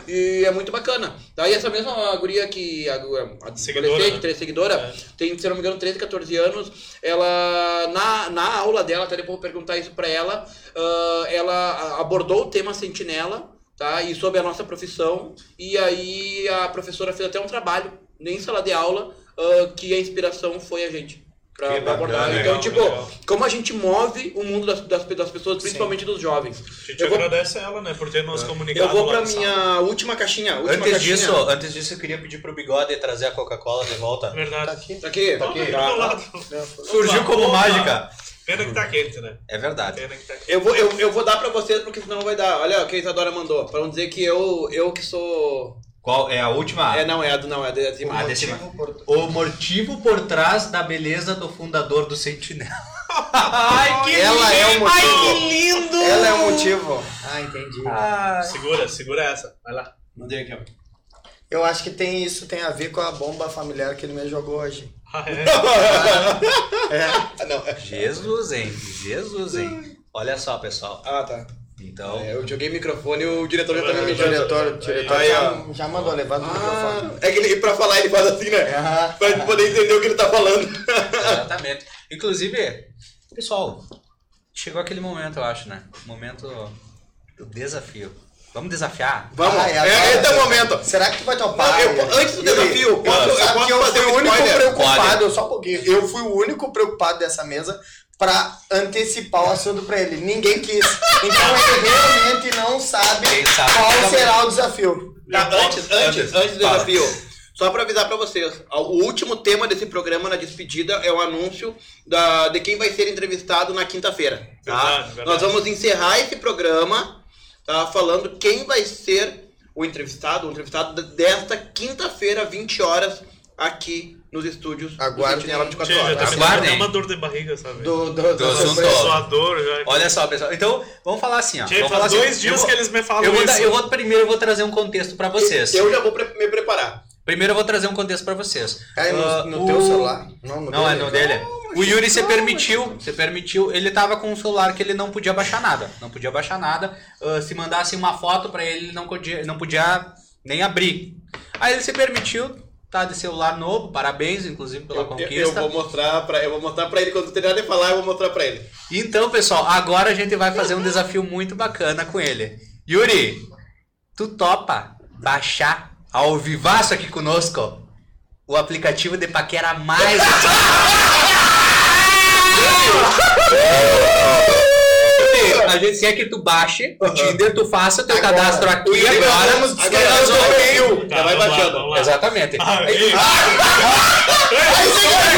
E é muito bacana. Daí essa mesma guria que... A, a, a Seguidora, adolescente, né? três seguidora, É. tem, se eu não me engano, 13, 14 anos. Ela, na, na aula dela, até depois eu vou perguntar isso pra ela, ah, ela a- abordou o tema sentinela, tá? E sobre a nossa profissão. E aí a professora fez até um trabalho, nem sala de aula, ah, que a inspiração foi a gente. Pra, Que pra abordar. bacana, então, legal, tipo, legal. como a gente move o mundo das, das, das pessoas, principalmente dos jovens. A gente Eu vou, agradece a ela, né, por ter nos comunicado. eu vou lá pra no sábado. minha última caixinha. Última Antes caixinha. disso, antes disso, eu queria pedir pro Bigode trazer a Coca-Cola de volta. Tá Verdade. aqui? Aqui, Tá Olha, aqui. do tá. meu lado. Surgiu como Opa. mágica. Pena que tá quente, né? É verdade. Pena que tá quente. Eu vou, eu, eu vou dar pra vocês porque senão vai dar. Olha o que a Isadora mandou. Pra não dizer que eu, eu que sou. Qual é a última? É, não, é a do. Não, é a da Zima. Ah, desse- Motivo por- O motivo por trás da beleza do fundador do Sentinela. Ai, que Ela é o motivo. lindo! Ela é o motivo. Ah, entendi. Segura, segura essa. Vai lá. Mandei aqui, ó. Eu acho que tem isso tem a ver com a bomba familiar que ele me jogou hoje. É. Ah, é. Ah, não. Jesus, hein? Jesus, hein? Olha só, pessoal. Ah, tá. Então, É, eu joguei o microfone e o diretor já tá me O mijando. diretor, o diretor Aí, já, já mandou levar do microfone. Ah, é que ele, pra falar ele faz assim, né? Ah, Pra poder entender o que ele tá falando. exatamente. Inclusive, pessoal, chegou aquele momento, eu acho, né? O Momento do desafio. Vamos desafiar? Vamos, Ah, é, agora. esse é o momento. Será que tu vai Não, topar? eu- antes do desafio, posso, eu Sabe que posso eu fazer fui o um único spoiler? preocupado, só um pouquinho. Eu fui o único preocupado dessa mesa pra antecipar o assunto pra ele. Ninguém quis. Então ele realmente não sabe, Quem sabe qual também. será o desafio. Tá, Eu antes, antes, antes do Fala. desafio. Só pra avisar pra vocês, a- o último tema desse programa na despedida é o anúncio da, de quem vai ser entrevistado na quinta-feira. Tá? Verdade, verdade. Nós vamos encerrar esse programa tá, falando quem vai ser o entrevistado, o entrevistado desta quinta-feira, 20 horas, aqui nos estúdios Aguardem. do Sentinela 24 Tia, já horas. tá me dando Aguardem. até uma dor de barriga, sabe? Do, do, Do assunto. surpresa. Só a dor já. Olha só, pessoal. Então, vamos falar assim, ó. Tia, Vamos faz falar assim, dois eu dias vou- que eles me falam eu vou, isso. dar- eu vou primeiro eu vou trazer um contexto pra vocês. Eu já vou pre- me preparar. Primeiro eu vou trazer um contexto pra vocês. Cai Tá no, Ah, no o- teu celular? Não, no Não, é dele. no dele. O Yuri se permitiu, se permitiu, ele tava com um celular que ele não podia baixar nada, não podia baixar nada. Ah, se mandasse uma foto pra ele, ele não podia, não podia nem abrir. Aí ele se permitiu, tá de celular novo, parabéns inclusive pela Eu, conquista. eu- eu vou mostrar pra, eu vou mostrar pra ele, quando não tem nada a falar, eu vou mostrar pra ele. Então, pessoal, agora a gente vai fazer um desafio muito bacana com ele. Yuri, tu topa baixar ao vivaço aqui conosco o aplicativo de paquera mais utilizado? Yuri, a gente quer que tu baixe o Tinder, tu faça teu Ah, cadastro aqui E agora agora. vamos descarregar os perfil. Tá, vamos lá, vamos lá. Exatamente. Ah, Aí tu ei, O que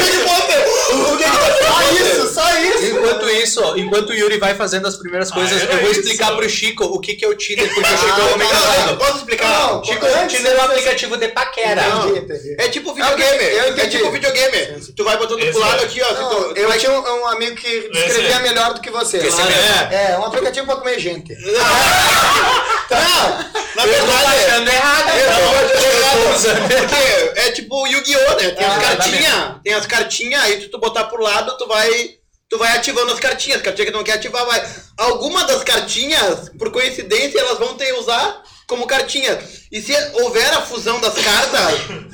que você Só isso, só isso. Enquanto isso, enquanto o Yuri vai fazendo as primeiras coisas, era eu vou isso. explicar pro Chico o que, que é o Tinder, porque o Chico Ah, é um tá. homem casado. Posso explicar? Não, Chico, o antes, Tinder é um aplicativo de paquera. Entendi, entendi. É tipo videogame. videogame. Eu É entendi. tipo videogame. Tu vai botando Esse pro lado é. aqui, ó. Não, se tu- eu tinha um, um amigo que escrevia melhor do que você. Esse mesmo. É, um aplicativo pra comer gente. Na verdade, achando errado, então. Porque é tipo Yu-Gi-Oh, né? Tem Ah, as cartinhas, exatamente. tem as cartinhas, aí tu, tu botar pro lado, tu vai. Tu vai ativando as cartinhas, as cartinhas que tu não quer ativar, vai. Alguma das cartinhas, por coincidência, elas vão ter usar como cartinha. E se houver a fusão das cartas,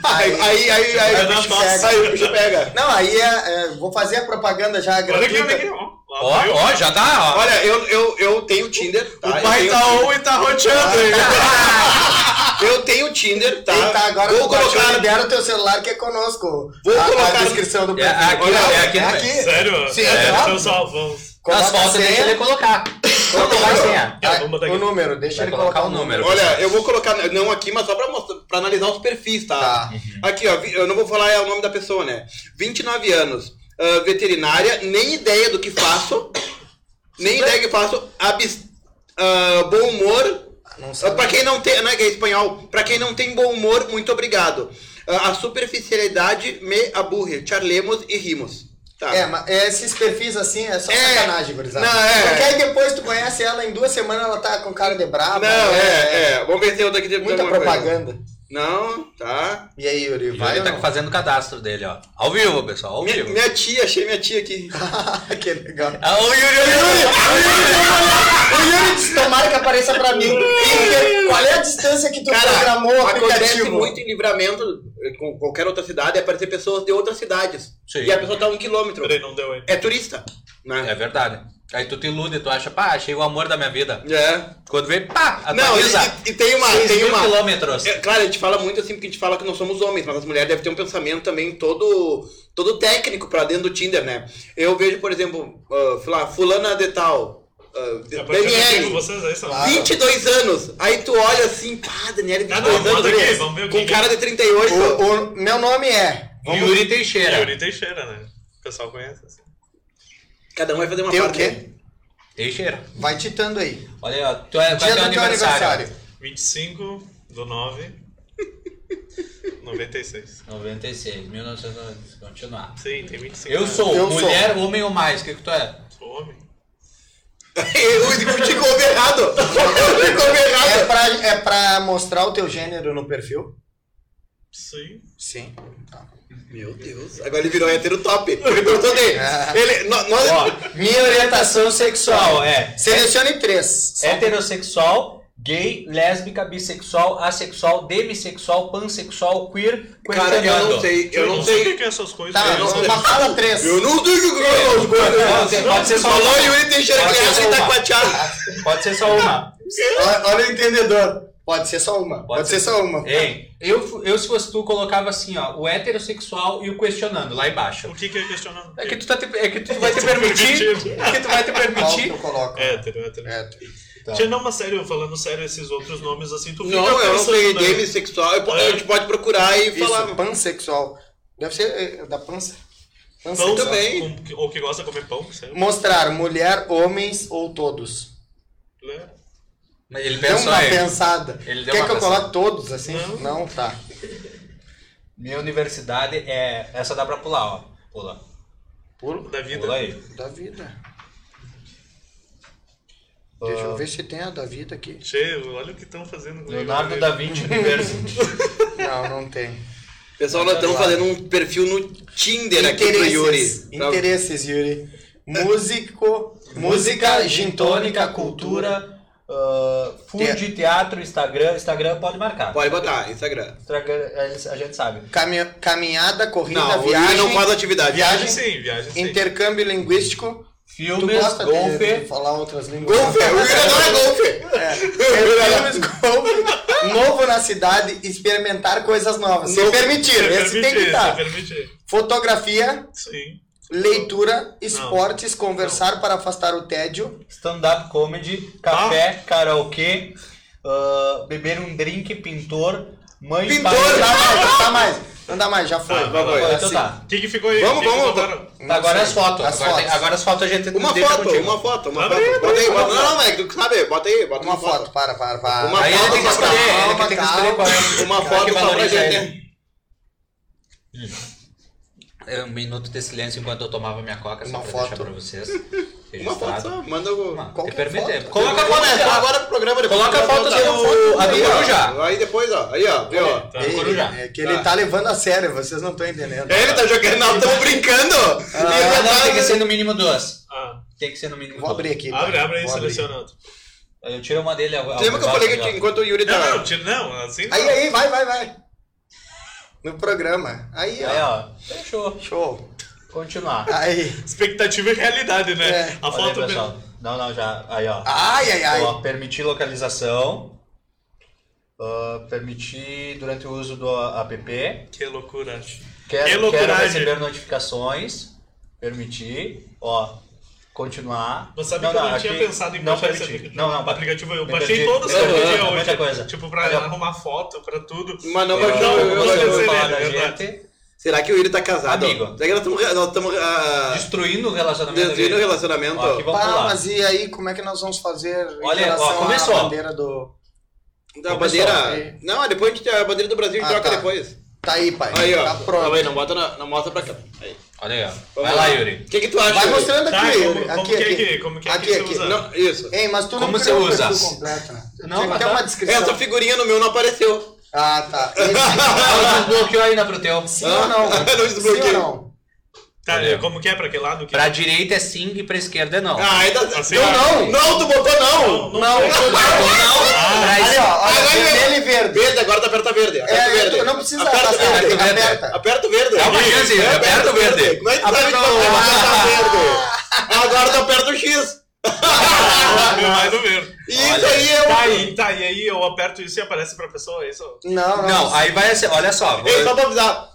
aí, aí, aí, Vai aí, o dar bicho tosse. pega, aí o bicho pega. Não, aí é, é, vou fazer a propaganda já Olha aqui, olha aqui. gratuita. Ó, Ó, abriu. ó, já tá, ó. Olha, eu, eu, eu tenho Tinder. tá? O Eu pai tenho tá Tinder. on e tá roteando aí. Tá. Eu tenho Tinder, tá? Eita, agora vou compartilha, colocar. libera o teu celular que é conosco. Vou a, colocar a no- descrição do É, perfil. aqui, Olha, é aqui, né? Sério? Sim, é, é claro. então só vamos. Coloca Nas fotos a senha, deixa ele colocar. Colocar a senha. Ah, vamos botar aqui. o número, deixa Vai ele colocar, colocar o número. Olha, eu vou colocar, não aqui, mas só pra, mostrar, pra analisar os perfis, tá? Tá. Aqui, ó, vi- eu não vou falar é, o nome da pessoa, né? 29 anos, ah, veterinária, nem ideia do que faço, nem ideia do que faço, abs, ah, bom humor. Não sei. Ah, Pra quem não tem, não é que é espanhol, pra quem não tem bom humor, muito obrigado. Ah, a superficialidade me aburre, charlemos e rimos. Tá. É, mas esses perfis assim é só É. sacanagem, gurizada. Não, é. Porque aí depois tu conhece ela, em duas semanas ela tá com cara de braba. né? não, é, é, Vamos ver se eu daqui tem Muita alguma coisa. propaganda. Não, tá. E aí, Yuri, O vai Yuri ou tá não? fazendo o cadastro dele, ó. Ao vivo, pessoal, ao Minha, vivo. minha tia, achei minha tia aqui. que legal. Ah, o Yuri, o Yuri. O Yuri disse, tomara que apareça pra mim. Porque Qual é a distância que tu programou o acontece aplicativo? muito em livramento, eh, com qualquer outra cidade, aparecer pessoas de outras cidades. Sim. E a pessoa tá a um quilômetro. Peraí, não deu aí. É turista, É né? verdade. Aí tu te ilude, tu acha, pá, achei o amor da minha vida. É. Quando vem, pá, Não, atualiza. e, e- e tem uma... 6 Tem mil uma quilômetros. é, claro, a gente fala muito assim, porque a gente fala que nós somos homens, mas as mulheres devem ter um pensamento também todo, todo técnico pra dentro do Tinder, né? Eu vejo, por exemplo, ah, sei lá, fulana de tal, ah, de- É pra eu com Daniele, vocês é aí, só. Claro. 22 anos. Aí tu olha assim, pá, Daniele, Tá, Não, não, um 22 anos, bota aqui, Daniele, vamos ver o que com que- cara de 38. O, o- meu nome é. Vamos, Yuri Teixeira. Yuri Teixeira, né? O pessoal conhece. Assim. Cada um vai fazer uma Tem o parte. quê? Teixeira. Vai titando aí. Olha aí, ó. Tu é, Dia vai ter do um teu aniversário. aniversário. 25 do 9. 96. 96, 1990. Continuar. Sim, tem 25. Eu né? sou Eu sou. mulher, homem ou mais. O que, que tu é? Sou homem. Eu te ouvi errado. Eu te ouvi É errado. pra, é pra mostrar o teu gênero no perfil? Sim. Sim. Tá. Meu Deus. Agora ele virou hétero top. É. Ele perguntou dele. Ele, nó- nós- Minha orientação sexual Qual é? Selecione três. Heterossexual, gay, lésbica, bissexual, assexual, demissexual, pansexual, queer, cara, eu não sei. Eu não o sei. que que é essas coisas. Tá, Eu não mas sei. fala três. Eu não sei o que eu não Pode ser, pode ser só Falou e o uma. Yuri Teixeira Pode que ser entra só e tá uma. quateado. Pode ser só uma. Olha, olha o entendedor. Pode ser só uma. Pode, ser. só uma. Ei, eu, fu- eu se fosse tu, colocava assim, ó, o heterossexual e o questionando lá embaixo. O que que é questionando? É que tu, tá te- é que tu vai te permitir. Permitido. É que tu vai te Qual que permitir. eu coloco? Hétero, hétero. É. Tá. Tinha não, mas sério, falando sério, esses outros nomes assim, tu fica Não, eu não É, pensando, sei. né? Game sexual. eu po- A gente pode procurar e Isso, falar. pansexual. Deve ser eh, da pança. Pão Pansexual. também. com- Ou que gosta de comer pão, sério. Mostrar mulher, homens ou todos. Né? Mas Ele Deu pensou uma aí. pensada. Ele Quer deu que uma eu pensada. coloque todos assim? Não. Não, tá. Minha universidade é. Essa dá pra pular, ó. Pula. Pulo Da vida. Pula aí. da vida. Deixa eu ver se tem a da vida aqui. Che, olha o que estão fazendo comigo. Leonardo né? da Vinci University. Não, não tem. Pessoal, nós estamos fazendo um perfil no Tinder aqui pro Yuri. Pra- Interesses, Yuri. Músico, música, gintônica, cultura. ah, food, teatro, Instagram. Instagram pode marcar. Pode botar, Instagram. Instagram, eles- a gente sabe. caminha- Caminhada, corrida, Não, assim. o Yuri viagem, não faz atividade. Viagem Viagem. sim, viagem sim. intercâmbio linguístico. Filmes, golfe. falar outras línguas? Golfe, o Yuri adora golfe. É. Filmes, golfe. Novo na cidade, experimentar coisas novas. Se Novo. permitir, Se esse tem que permitir, se estar. permitir. Fotografia, Sim. Leitura, esportes, conversar para afastar o tédio. Stand-up comedy, café, karaokê, ah, beber um drink, pintor, mãe Pintor! Não dá pai- mais, não dá mais. Não dá mais, já foi. Tá, vai, vai. Agora Então sim. tá. O que, que ficou aí? Vamos, O que que vamos, botaram? Não Tá, agora sei. as fotos. As agora, tem- fotos. agora as fotos a gente Uma deixa foto, contigo. uma foto, uma Abre foto. aí, abre Bota aí, aí, bota- uma Não, não, é que tu sabe, bota aí, bota Uma foto, para, para, para. Uma Aí ele tem que Calma, escolher, ele que tem que calma, escolher qual é. Uma qual é que foto só pra valoriza gente. ele. né? É, Um minuto de silêncio enquanto eu tomava minha coca, só Uma pra foto. deixar pra vocês. Uma foto Registrado. só, manda o. Uma, Qualquer te permite. foto. Coloca a foto Começa já. agora pro programa depois. Coloca a nós foto vamos do- dar uma- a do Aí, ó. Coruja. Aí depois, ó, aí, ó, viu? ó. Tá. Ei, Coruja. é que ele tá levando a sério, vocês não estão entendendo. Ele tá jogando, nós estamos brincando. Ele já Ah, não, tá- tem que ser no mínimo duas. Ah, Tem que ser no mínimo Vou duas. abrir aqui. tá? abre, abre aí, Vou abrir. seleciona outro. Eu tiro uma dele. ao- ao Você lembra que eu vivaço falei que agora. eu- enquanto o Yuri tá- Não, não, tava. tira, não, assim. Aí, aí, vai, vai, vai. No programa. Aí, Aí, ó. ó. Fechou. Show. Continuar. Aí. Expectativa e realidade, né? É. A Olha aí, foto. pessoal. Não, não, já. Aí, ó. Ai, ai, ai. Ó, permitir localização. Ah, permitir durante o uso do app. Que loucura, acho. Que Quero, quero loucuragem. receber notificações. Permitir. Ó. Continuar. Mas sabe que eu não tinha aqui- pensado em não baixar esse permitir. aplicativo. Não, não. O aplicativo. Eu me baixei perdi. todos que Eu- eu eu- podia eu- hoje. muita coisa. Tipo, pra Aí, ó. arrumar foto, pra tudo. Mas não Eu- vai não, eu- eu- não eu- pensei falar nele, da verdade. gente, Será que o Yuri tá casado? Amigo. Será que nós estamos. Nós estamos. ah, Destruindo o relacionamento. Desviando o dele. relacionamento. Ó, aqui vamos Pá, pular. mas e aí, como é que nós vamos fazer em Olha, ó, relação à começou. bandeira do... Da Ô, pessoal, bandeira. aí. Não, é depois a gente a bandeira do Brasil a gente Ah, troca tá. depois. Tá aí, pai. Aí, ó. Tá pronto. Calma aí, não, bota na, não mostra pra cá. Aí. Olha aí, ó. Vamos Vai lá, Yuri. O que, que tu acha? Vai Yuri? mostrando Tá, aqui, como- Yuri. como aqui, que é aqui. que- como que é que aqui, você aqui. usa? Não, isso. Ei, mas tu não Como criou você o perfil usa? completo, né? Não, Tem que mas ter tá. uma descrição. Essa figurinha no meu não apareceu. Ah, tá. é Esse... Ah, Desbloqueou ainda pro teu. Sim ou não? Não desbloqueei. Sim ou não? Tá, Olha. como que é? Pra que lado? Que... Pra direita é sim e pra esquerda é não. Ah, ainda. Assim, não, ó. não! Não, tu botou não! Não, não, não. Pra Ali, ó. Ah, vai, Olha, vai. vermelho e verde. Verde, agora tu aperta verde. Aperta É, verde. eu não precisa aperta passar, verde. aperta verde. aperta. Aperta o verde. É uma chance, É, aperta o verde. Não é que tu sabe Aperta que o- tu aperta verde. Agora tu aperta o X. Meu, é mais ou menos. E Isso aí é Tá, um. aí, tá, e aí eu aperto isso e aparece pra pessoa, é isso? Não, não. Não, aí Tá vai ser. Olha só. Ei, só pra avisar.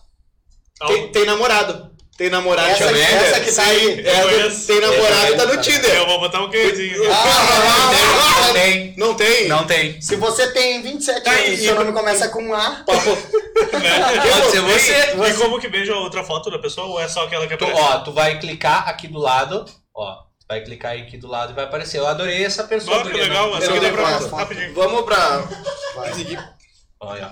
Então, Tem, tem namorado. Tem namorado. Essa, eu ver. essa que tá aí. Essa- conheço. tem namorado Eu e tá no também. Tinder. Eu vou botar um queridinho. Ah, ah, ah, ah. Não tem. Não tem? Não tem. Se você tem 27 Tá aí, anos e seu e- nome começa com A, Pode ser Ah, você. E como que vejo a outra foto da pessoa ou é só aquela que Tu, aparece? ó, tu vai clicar aqui do lado. Ó, tu vai clicar aqui do lado e vai aparecer. Eu adorei essa pessoa. Ó, que porque legal, não- essa eu aqui dá não pra faço. rapidinho. Vamos pra. vai. Olha.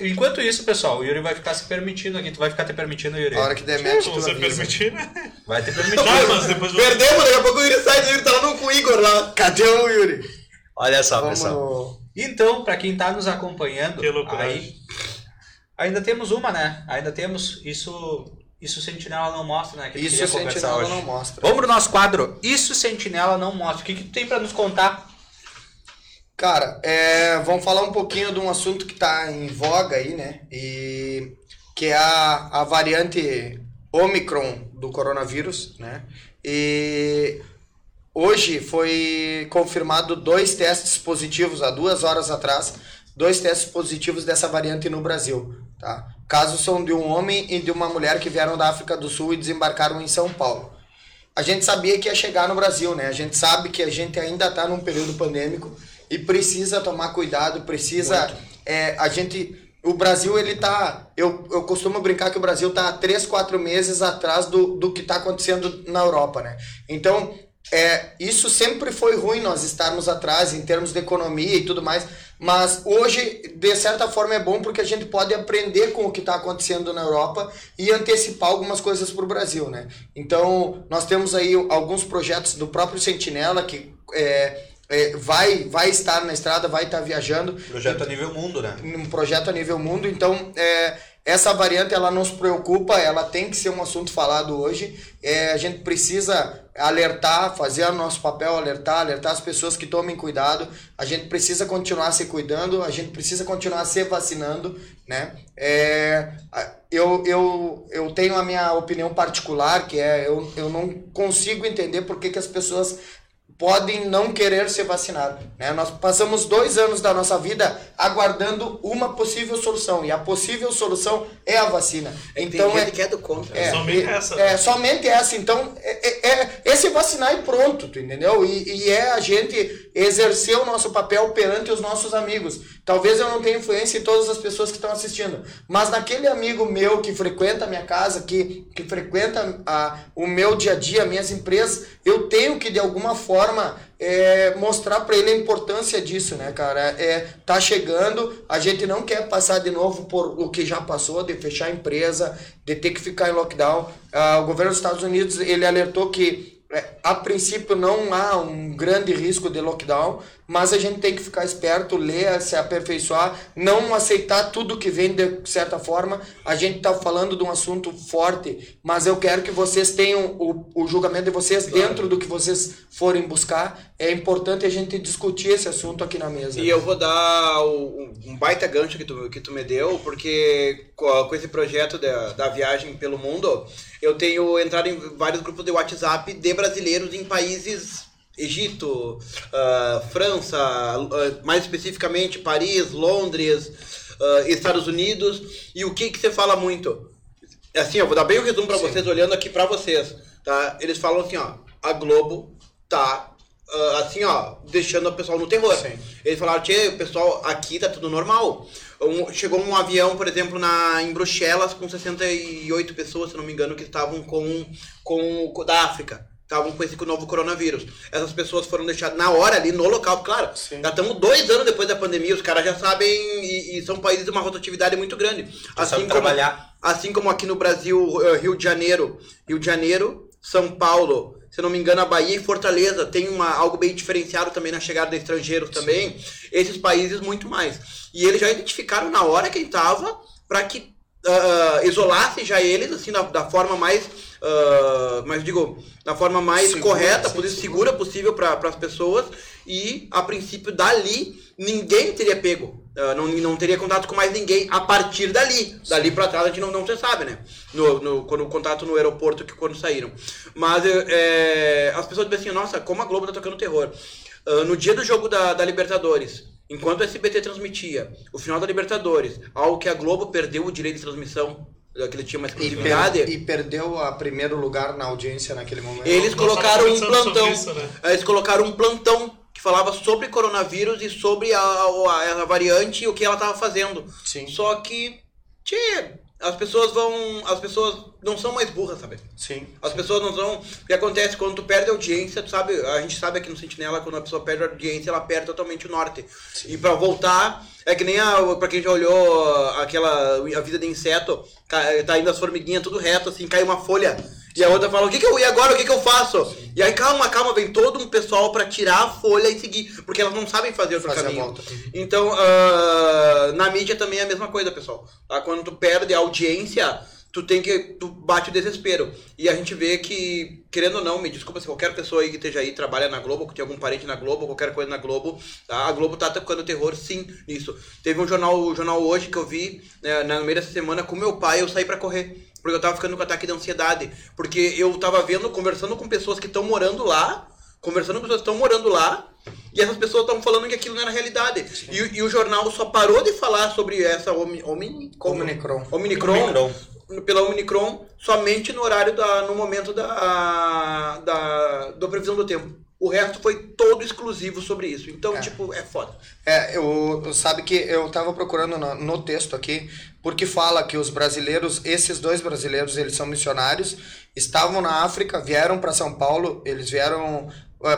Enquanto isso, pessoal, o Yuri vai ficar se permitindo aqui. Tu vai ficar te permitindo, Yuri. a hora que der match, Se tu você avisa. permitir, né? Vai te Tá, permitindo. mas depois você. Perdemos, daqui a pouco o Yuri sai, o Yuri tá lá no, com o Igor lá. Cadê o Yuri? Olha só, Vamos pessoal. no... Então, pra quem tá nos acompanhando, Que loucura. aí ainda temos uma, né? Ainda temos isso. Isso o Sentinela não mostra, né? Que tu Isso queria o conversar Sentinela hoje. não mostra. Vamos pro nosso quadro. Isso Sentinela não mostra. O que, que tu tem pra nos contar? Cara, é, vamos falar um pouquinho de um assunto que tá em voga aí, né? E que é a, a variante Omicron do coronavírus, né? E hoje foi confirmado dois testes positivos, há duas horas atrás, dois testes positivos dessa variante no Brasil, tá? Casos são de um homem e de uma mulher que vieram da África do Sul e desembarcaram em São Paulo. A gente sabia que ia chegar no Brasil, né? A gente sabe que a gente ainda está num período pandêmico e precisa tomar cuidado, precisa. é, a gente. O Brasil, ele tá. Eu, eu costumo brincar que o Brasil tá há 3, 4 meses atrás do, do que está acontecendo na Europa, né? Então, é, isso sempre foi ruim nós estarmos atrás em termos de economia e tudo mais, mas hoje, de certa forma, é bom porque a gente pode aprender com o que está acontecendo na Europa e antecipar algumas coisas para o Brasil, né? Então, nós temos aí alguns projetos do próprio Sentinela que é, é, vai, vai estar na estrada, vai estar viajando Projeto a nível mundo, né? um projeto a nível mundo. Então, é, essa variante ela nos preocupa, ela tem que ser um assunto falado hoje. É, a gente precisa alertar, fazer o nosso papel, alertar, alertar as pessoas que tomem cuidado. A gente precisa continuar se cuidando, a gente precisa continuar se vacinando, né? É, a- eu, eu, eu tenho a minha opinião particular, que é eu, eu não consigo entender por que, que as pessoas podem não querer se vacinar. Né? Nós passamos dois anos da nossa vida aguardando uma possível solução, e a possível solução é a vacina. Então, Então Tem é, gente que é do contra. é, Somente e- essa. né? É, somente essa. Então, é, é- é esse vacinar e pronto, tu entendeu? E, e é a gente exercer o nosso papel perante os nossos amigos. Talvez eu não tenha influência em todas as pessoas que estão assistindo, mas naquele amigo meu que frequenta a minha casa, que, que frequenta a, o meu dia a dia, minhas empresas, eu tenho que de alguma forma é, mostrar para ele a importância disso, né, cara? É, tá chegando, a gente não quer passar de novo por o que já passou, de fechar a empresa, de ter que ficar em lockdown. Ah, o governo dos Estados Unidos ele alertou que é, a princípio não há um grande risco de lockdown, mas a gente tem que ficar esperto, ler, se aperfeiçoar, não aceitar tudo que vem de certa forma. A gente está falando de um assunto forte, mas eu quero que vocês tenham o, o julgamento de vocês dentro do que vocês forem buscar. É importante a gente discutir esse assunto aqui na mesa. E eu vou dar o- um um baita gancho que tu, que tu me deu, porque co- com, esse projeto da, da viagem pelo mundo, eu tenho entrado em vários grupos de WhatsApp de brasileiros em países. Egito, ah, França, ah, mais especificamente Paris, Londres, ah, Estados Unidos. E o que que você fala muito? É assim, eu vou dar bem o resumo pra vocês, olhando aqui pra vocês, tá? Eles falam assim, ó, a Globo tá, ah, assim, ó, deixando o pessoal no terror. Sim. Eles falaram, tchê, pessoal, aqui tá tudo normal. Um- chegou um avião, por exemplo, na, em Bruxelas com 68 pessoas, se não me engano, que estavam com, com, com da África. Estavam com esse novo coronavírus. Essas pessoas foram deixadas na hora ali, no local, claro. Já estamos dois anos depois da pandemia, os caras já sabem e, e são países de uma rotatividade muito grande. sabe como- trabalhar. Assim como aqui no Brasil, eh, Rio de Janeiro, Rio de Janeiro, São Paulo, se eu não me engano, a Bahia e Fortaleza tem uma, algo bem diferenciado também na chegada de estrangeiros também. Esses países muito mais. E eles já identificaram na hora quem estava para que ah, ah, isolasse já eles assim da, da forma mais, ah, mas digo, da forma mais Segura, correta, sim, posi- sim. segura possível para as pessoas e a princípio dali ninguém teria pego. Ah, não, não teria contato com mais ninguém a partir dali. Dali para trás a gente não, não se sabe, né? No, no, quando o contato no aeroporto que quando saíram. Mas eh, eh, as pessoas dizem assim, nossa, como a Globo tá tocando terror. Ah, no dia do jogo da, da Libertadores, enquanto o SBT transmitia o final da Libertadores, ao que a Globo perdeu o direito de transmissão, eh, que ele tinha uma E, exclusividade. per- e perdeu a primeiro lugar na audiência naquele momento. Nós Eles colocaram um tava conversando sobre plantão. isso, né? Eles colocaram um plantão que falava sobre coronavírus e sobre a, a- a variante e o que ela estava fazendo. Sim. Só que, tchê, as pessoas vão. As pessoas não são mais burras, sabe? Sim. As pessoas não são. O que acontece quando tu perde a audiência, tu sabe, a gente sabe aqui no Sentinela, quando a pessoa perde a audiência, ela perde totalmente o norte. E pra voltar, é que nem a, pra quem já olhou aquela A Vida de Inseto, ca- tá indo as formiguinhas tudo reto, assim, cai uma folha. E a outra fala, o que, que eu e agora? O que, que eu faço? E aí, calma, calma, vem todo um pessoal pra tirar a folha e seguir, porque elas não sabem fazer outro Fazer a caminho. volta. Então, ah, na mídia também é a mesma coisa, pessoal. Tá? Quando tu perde a audiência, tu tem que. Tu bate o desespero. E a gente vê que, querendo ou não, me desculpa se qualquer pessoa aí que esteja aí, trabalha na Globo, que tem algum parente na Globo, qualquer coisa na Globo, tá? A Globo tá tocando terror sim nisso. Teve um jornal, o jornal hoje que eu vi, né, no meio dessa semana, com meu pai, eu saí pra correr. Porque eu tava ficando com ataque de ansiedade. Porque eu tava vendo, conversando com pessoas que estão morando lá, conversando com pessoas que estão morando lá, e essas pessoas estão falando que aquilo não era realidade. E, e o jornal só parou de falar sobre essa Omi, Omi, como? Omicron. Omicron, Omicron. pela Omicron somente no horário da no momento da da, da previsão do tempo. O resto foi todo exclusivo sobre isso. Então, É. tipo, é foda. É, eu eu- sabe que eu tava procurando no, no texto aqui, porque fala que os brasileiros, esses dois brasileiros, eles são missionários, estavam na África, vieram para São Paulo, eles vieram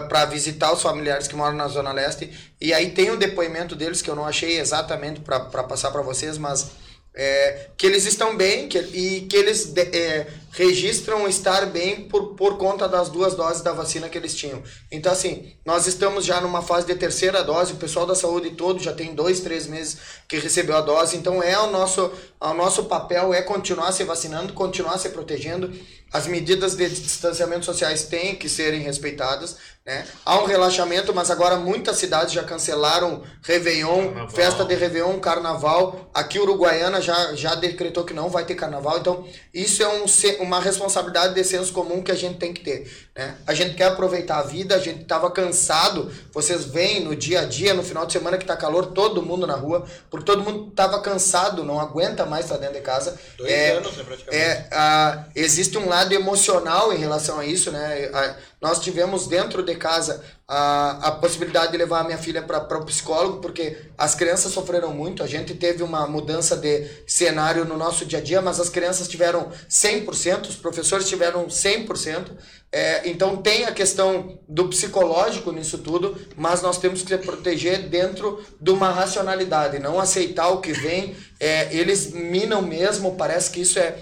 para visitar os familiares que moram na Zona Leste, e aí tem um depoimento deles que eu não achei exatamente para passar para vocês, mas é, que eles estão bem que, e que eles de- é, registram estar bem por, por conta das duas doses da vacina que eles tinham. Então, assim, nós estamos já numa fase de terceira dose, o pessoal da saúde todo já tem dois, três meses que recebeu a dose, então é o nosso, o nosso papel é continuar se vacinando, continuar se protegendo. As medidas de distanciamento sociais têm que serem respeitadas, né? Há um relaxamento, mas agora muitas cidades já cancelaram Réveillon, Carnaval. festa de Réveillon, carnaval. Aqui, Uruguaiana já, já decretou que não vai ter carnaval. Então, isso é um, se- uma responsabilidade de senso comum que a gente tem que ter. Né? A gente quer aproveitar a vida, a gente estava cansado. Vocês veem no dia a dia, no final de semana que tá calor, todo mundo na rua, porque todo mundo estava cansado, não aguenta mais estar dentro de casa. Dois É, anos, né, praticamente. É, a- existe um lado emocional em relação a isso, né? A- nós tivemos dentro de casa a, a possibilidade de levar a minha filha para o psicólogo, porque as crianças sofreram muito. A gente teve uma mudança de cenário no nosso dia a dia, mas as crianças tiveram 100%, os professores tiveram 100%. É, então tem a questão do psicológico nisso tudo, mas nós temos que se proteger dentro de uma racionalidade, não aceitar o que vem. É, eles minam mesmo, parece que isso é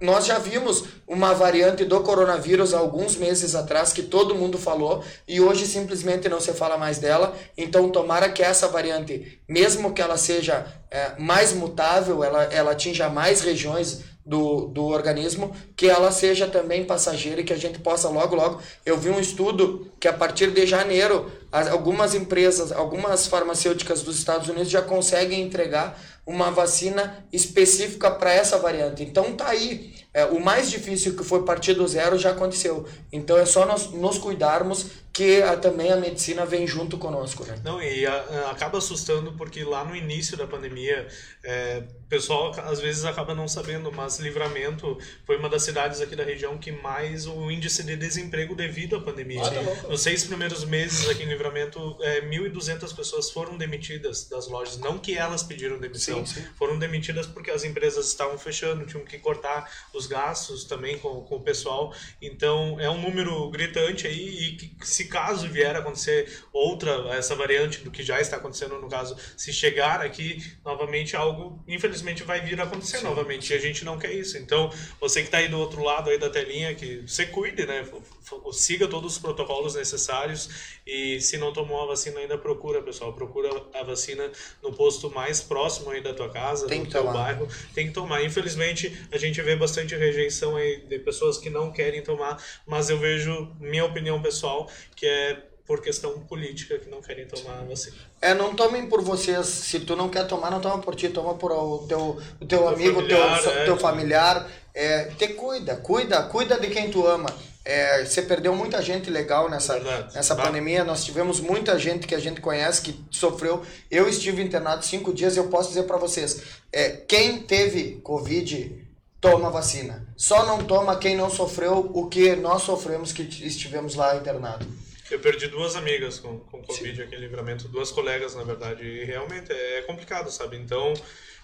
nós já vimos uma variante do coronavírus há alguns meses atrás que todo mundo falou e hoje simplesmente não se fala mais dela. Então, tomara que essa variante, mesmo que ela seja é, mais mutável, ela, ela atinja mais regiões do, do organismo, que ela seja também passageira e que a gente possa logo, logo. Eu vi um estudo que a partir de janeiro, as- algumas empresas, algumas farmacêuticas dos Estados Unidos já conseguem entregar uma vacina específica para essa variante. Então tá aí. É, o mais difícil que foi partir do zero já aconteceu. Então é só nós nos cuidarmos que a- também a medicina vem junto conosco. Né? Não, e a- a- acaba assustando porque lá no início da pandemia, é, o pessoal ca- às vezes acaba não sabendo, mas Livramento foi uma das cidades aqui da região que mais o índice de desemprego devido à pandemia. Ah, tá louco. Nos seis primeiros meses aqui em Livramento, é, 1.200 pessoas foram demitidas das lojas. Não que elas pediram demissão, foram demitidas porque as empresas estavam fechando, tinham que cortar os gastos também com, com o pessoal. Então é um número gritante aí e que, se caso vier a acontecer outra, essa variante do que já está acontecendo no caso, se chegar aqui novamente algo, infelizmente vai vir a acontecer novamente e a gente não quer isso. Então você que está aí do outro lado aí da telinha, que se cuide, né? F- f- Siga todos os protocolos necessários e se não tomou a vacina ainda procura, pessoal, procura a vacina no posto mais próximo aí da tua casa, Tem do que teu tomar. bairro, tem que tomar. Infelizmente a gente vê bastante rejeição aí de pessoas que não querem tomar, mas eu vejo minha opinião pessoal que é por questão política que não querem tomar a vacina. É, não tomem por vocês. Se tu não quer tomar, não toma por ti, toma por o teu, o teu Teu amigo, teu, familiar, so- é. teu familiar. É, te cuida, cuida, cuida de quem tu ama. É, você perdeu muita gente legal nessa, É Verdade. nessa Bah. pandemia. Nós tivemos muita gente que a gente conhece que sofreu. Eu estive internado cinco dias e eu posso dizer para vocês: é, quem teve Covid toma vacina. Só não toma quem não sofreu o que nós sofremos que estivemos lá internado. Eu perdi duas amigas com, com Covid aqui em livramento, duas colegas, na verdade, e realmente é complicado, sabe? Então,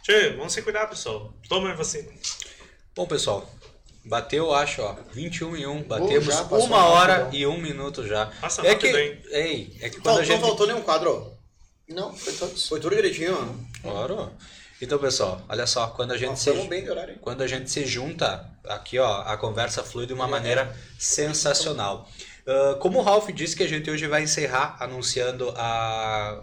tchê, vamos se cuidar, pessoal. tipo, assim, Tomem vacina. Bom, pessoal, bateu, acho, ó, 21 e 1. Batemos já passou uma hora rapidão. e um minuto já. Passa é rápido, que, hein? Ei, é que quando Fal- a gente. Não faltou nenhum quadro. Não, foi todos. Foi tudo direitinho, ó. Claro. Então, pessoal, olha só, quando a gente se. Passamos bem de horário, hein? Quando a gente se junta, aqui ó, a conversa flui de uma maneira sensacional. Ah, como o Ralph disse que a gente hoje vai encerrar anunciando a,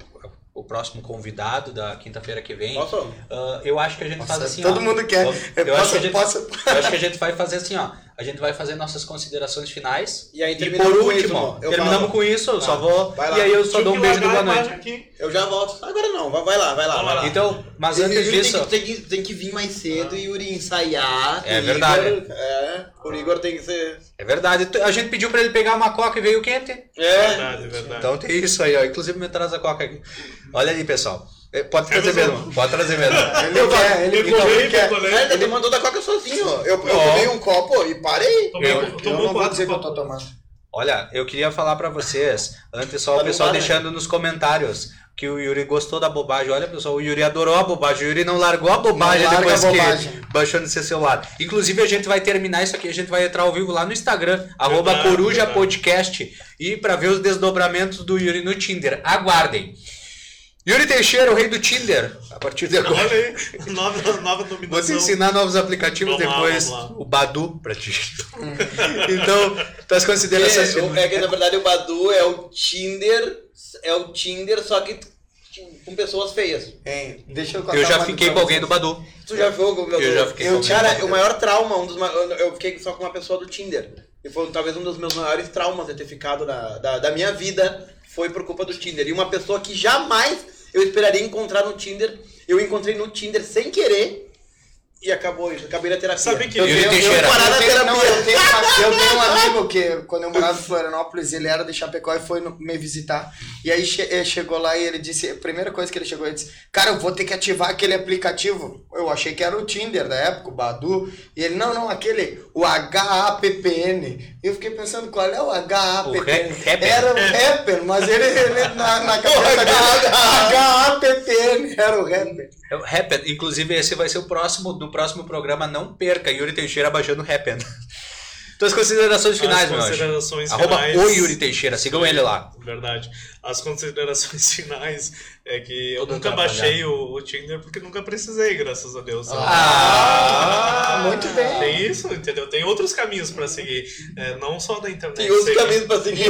o próximo convidado da quinta-feira que vem, Posso? ah, eu acho que a gente faz assim. Todo ó, mundo quer. Eu, É, Eu eu acho que posso- a gente, posso- eu acho que a gente vai fazer assim, ó. A gente vai fazer nossas considerações finais. E aí E terminamos por com isso, último, ó. Eu terminamos falo. com isso, eu só vou. Vai lá. E aí eu só Tinha dou que um beijo de largar boa a noite. imagem aqui. Eu já volto. Agora não, vai vai lá, vai lá. Vai lá. Então, mas antes Yuri disso. Tem que, tem, que, tem que vir mais cedo e Yuri ensaiar. É o verdade. Igor- é, o Igor tem que ser. É verdade. A gente pediu pra ele pegar uma coca e veio quente. É. Verdade, verdade. Então tem isso aí, ó. Inclusive me traz a coca aqui. Olha ali, pessoal. É, Pode É trazer você. mesmo. Pode trazer mesmo. Ele quer, ele Decolei, então, ele quer. decolei. Ele tá tomando toda a coca sozinho. ó. Eu, eu Ó. tomei um copo e parei. Tomei- Eu- Eu tomou não vou quatro dizer que eu tô copos. tomando. Olha, eu queria falar pra vocês, antes só Tá o pessoal animado, deixando nos comentários que o Yuri gostou da bobagem. Olha, pessoal, o Yuri adorou a bobagem. O Yuri não largou a bobagem Não larga depois a que bobagem. baixou no seu celular. Inclusive, a gente vai terminar isso aqui, a gente vai entrar ao vivo lá no Instagram, arroba Coruja verdade. Podcast, e pra ver os desdobramentos do Yuri no Tinder. Aguardem. Yuri Teixeira, o rei do Tinder, a partir de agora. Olha aí, nova, nova dominação. Vou te ensinar novos aplicativos Vamos lá, depois. vamos O Badu pra ti. então, tuas considerações. É, o- é que na verdade o Badu é o Tinder. É o Tinder, só que tipo, com pessoas feias. Hein, deixa eu contar Eu já uma fiquei pra com alguém do vocês. Badu. Tu já viu o meu Eu já fiquei com eu, alguém do Cara, Badu. o maior trauma, um dos ma- eu- eu fiquei só com uma pessoa do Tinder. E foi talvez um dos meus maiores traumas de ter ficado na, da, da minha vida foi por culpa do Tinder. E uma pessoa que jamais eu esperaria encontrar no Tinder, eu encontrei no Tinder sem querer. e acabou isso. Acabei a terapia. Sabe que Eu Yuri tenho, eu, Teixeira. parar na Eu tenho- terapia. não, eu, tenho, eu tenho um amigo que, quando eu morava em Florianópolis, ele era de Chapecó e foi no- me visitar. E aí che- eh, chegou lá e ele disse: a primeira coisa que ele chegou, ele disse: Cara, eu vou ter que ativar aquele aplicativo. Eu achei que era o Tinder da época, o Badu. E ele: Não, não, aquele, o HAPPN. E eu fiquei pensando: Qual é o HAPPN? O rap- rapper? Era um rapper, mas ele, ele na, na cabeça dele, HAPPN era o rapper. É o Happen. Inclusive, esse vai ser o próximo. No próximo programa, não perca. Yuri Teixeira baixando o Happen. Tuas considerações finais, meu anjo. considerações Arroba finais. o Yuri Teixeira. Sigam ele lá. Verdade. As considerações finais é que eu Todo nunca atrapalhado. baixei o, o Tinder porque nunca precisei, graças a Deus. Ah, muito bem. Tem isso, entendeu? Tem outros caminhos pra seguir. É, não só da internet. é Tem outros Sei- caminhos pra seguir.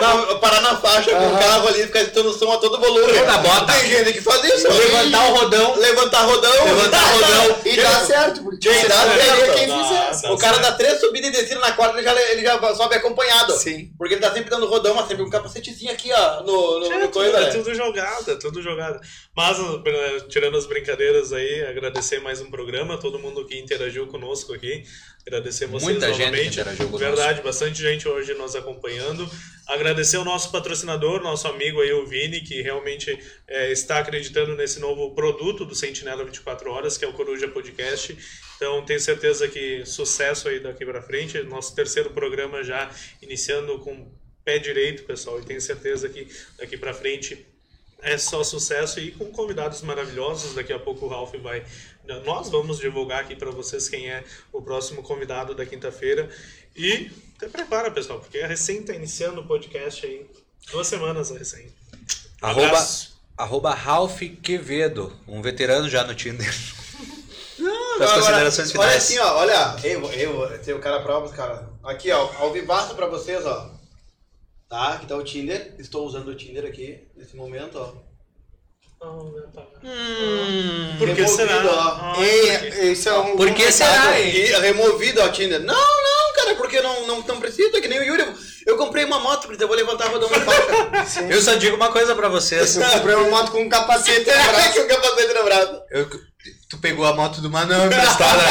Na- parar na faixa com o carro ali e ficar escutando som a todo volume. Toda bota. Tem gente que faz isso. Levantar o rodão. Levantar rodão. Levantar rodão. E dá certo, porque Quem você dá não certo. teria quem Dá, fizesse. dá O cara certo. dá três subidas e descidas na quarta, ele já, ele já sobe acompanhado. Sim. Porque ele tá sempre dando rodão, mas sempre com um capacetezinho aqui, ó, no, no, É, no tudo, coisa, é né? tudo jogada, é tudo jogada. Mas, eh, tirando as brincadeiras aí, agradecer mais um programa, todo mundo que interagiu conosco aqui. Agradecer vocês Muita gente que novamente. interagiu conosco. Verdade, bastante gente hoje nos acompanhando. Agradecer o nosso patrocinador, nosso amigo aí, o Vini, que realmente eh, está acreditando nesse novo produto do Sentinela 24 Horas, que é o Coruja Podcast. Então, tenho certeza que sucesso aí daqui para frente. Nosso terceiro programa já iniciando com pé direito, pessoal. E tenho certeza que daqui para frente é só sucesso e com convidados maravilhosos. Daqui a pouco o Ralph vai. Nós vamos divulgar aqui para vocês quem é o próximo convidado da quinta-feira. E até prepara, pessoal, porque a recém tá iniciando o podcast aí. Duas semanas a recém. Arroba, Abraço. arroba Ralph Quevedo. Um veterano já no Tinder. Tuas Agora, considerações Olha finais. assim, ó, olha. Eu, eu, tem o cara prova, cara. Aqui, ó, ao vivaço pra vocês, ó. Tá, aqui tá o Tinder. Estou usando o Tinder aqui, nesse momento, ó. Não, não tá. Hum, Por que Removido, será? ó. Ah, por quê? Ei, isso é um. Por que será, hein? E removido, ó, Tinder. Não, não, cara, porque não, não, não precisa, que nem o Yuri. Eu comprei uma moto, Cris, eu vou levantar um a rodão na faixa. Eu só digo uma coisa pra vocês. Eu comprei uma moto com um capacete no braço. Com o capacete no braço. Eu- tu pegou a moto do Mano emprestada.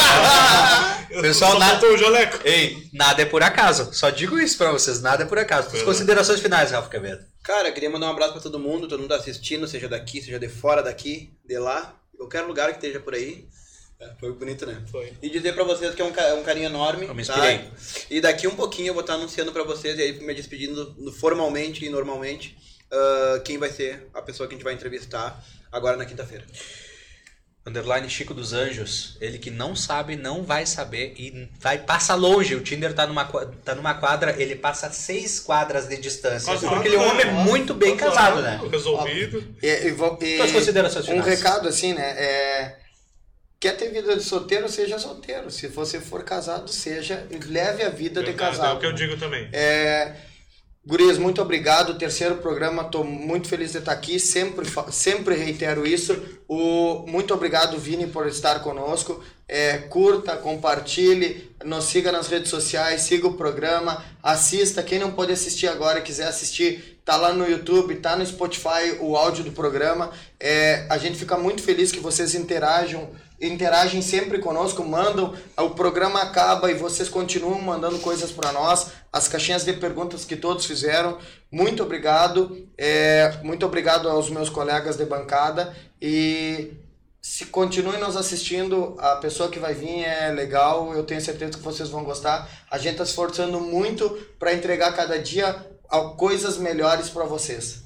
Eu- né? Pessoal, só nada, faltou o jaleco. Ei, nada é por acaso. Só digo isso pra vocês, nada é por acaso. Tuas Verdade. considerações finais, Rafa Quevedo. Cara, queria mandar um abraço pra todo mundo, todo mundo tá assistindo, seja daqui, seja de fora daqui, de lá, qualquer lugar que esteja por aí. É, Foi bonito, né? Foi. E dizer pra vocês que é um, ca- é um carinho enorme. Eu me inspirei. tá? E daqui um pouquinho eu vou estar anunciando pra vocês, e aí me despedindo no- formalmente e normalmente, ah, quem vai ser a pessoa que a gente vai entrevistar agora na quinta-feira. Underline Chico dos Anjos. Ele que não sabe, não vai saber e vai passa longe. O Tinder tá numa, qua- tá numa quadra, ele passa seis quadras de distância. Quase porque ele é um nada, homem né? muito bem Tá casado, né? falando, Resolvido. E, e vou- e Tuas considerações um finais. recado assim, né? É, quer ter vida de solteiro, seja solteiro. Se você for casado, seja leve a vida de Verdade, É casado. o que eu digo também. Gurias, muito obrigado. Terceiro programa, estou muito feliz de estar aqui. Sempre, fa- sempre reitero isso. O, muito obrigado, Vini, por estar conosco. É, curta, compartilhe, nos siga nas redes sociais, siga o programa, assista. Quem não pode assistir agora e quiser assistir, tá lá no YouTube, tá no Spotify o áudio do programa. É, a gente fica muito feliz que vocês interajam interagem sempre conosco, mandam, o programa acaba e vocês continuam mandando coisas para nós, as caixinhas de perguntas que todos fizeram. Muito obrigado, é, muito obrigado aos meus colegas de bancada e se continuem nos assistindo, a pessoa que vai vir é legal, eu tenho certeza que vocês vão gostar. A gente está se esforçando muito para entregar cada dia ah, coisas melhores para vocês.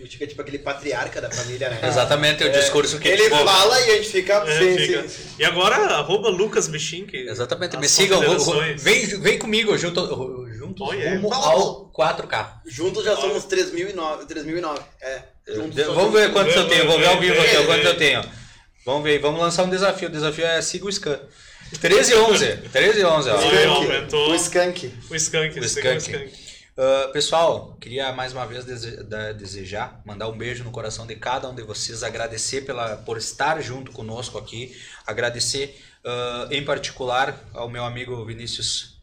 O Chico é tipo aquele patriarca da família, né? Exatamente, é o discurso que Ele tipo, fala e a gente fica. É, Sim, fica. sim. E agora, arroba Lucas Bichin, que- Exatamente, as me sigam. ro- ro- considerações. Vem, vem comigo, junto, ro- juntos Oh, yeah. rumo ao 4K. Juntos já somos 3.009. 3.009. É. Juntos somos- Vamos ver quantos eu Vem, tenho, vou ver ao vem, vivo aqui, vem, ó, quantos vem. eu tenho. Vamos ver, vamos lançar um desafio. O desafio é siga o scan. 13 e 11, 13 e 11, ó. Olha, aumentou. o Skank. O Skank, O siga é o Skank. Ah, pessoal, queria mais uma vez dese- da- desejar, mandar um beijo no coração de cada um de vocês, agradecer pela, por estar junto conosco aqui, agradecer ah, em particular ao meu amigo Vinícius,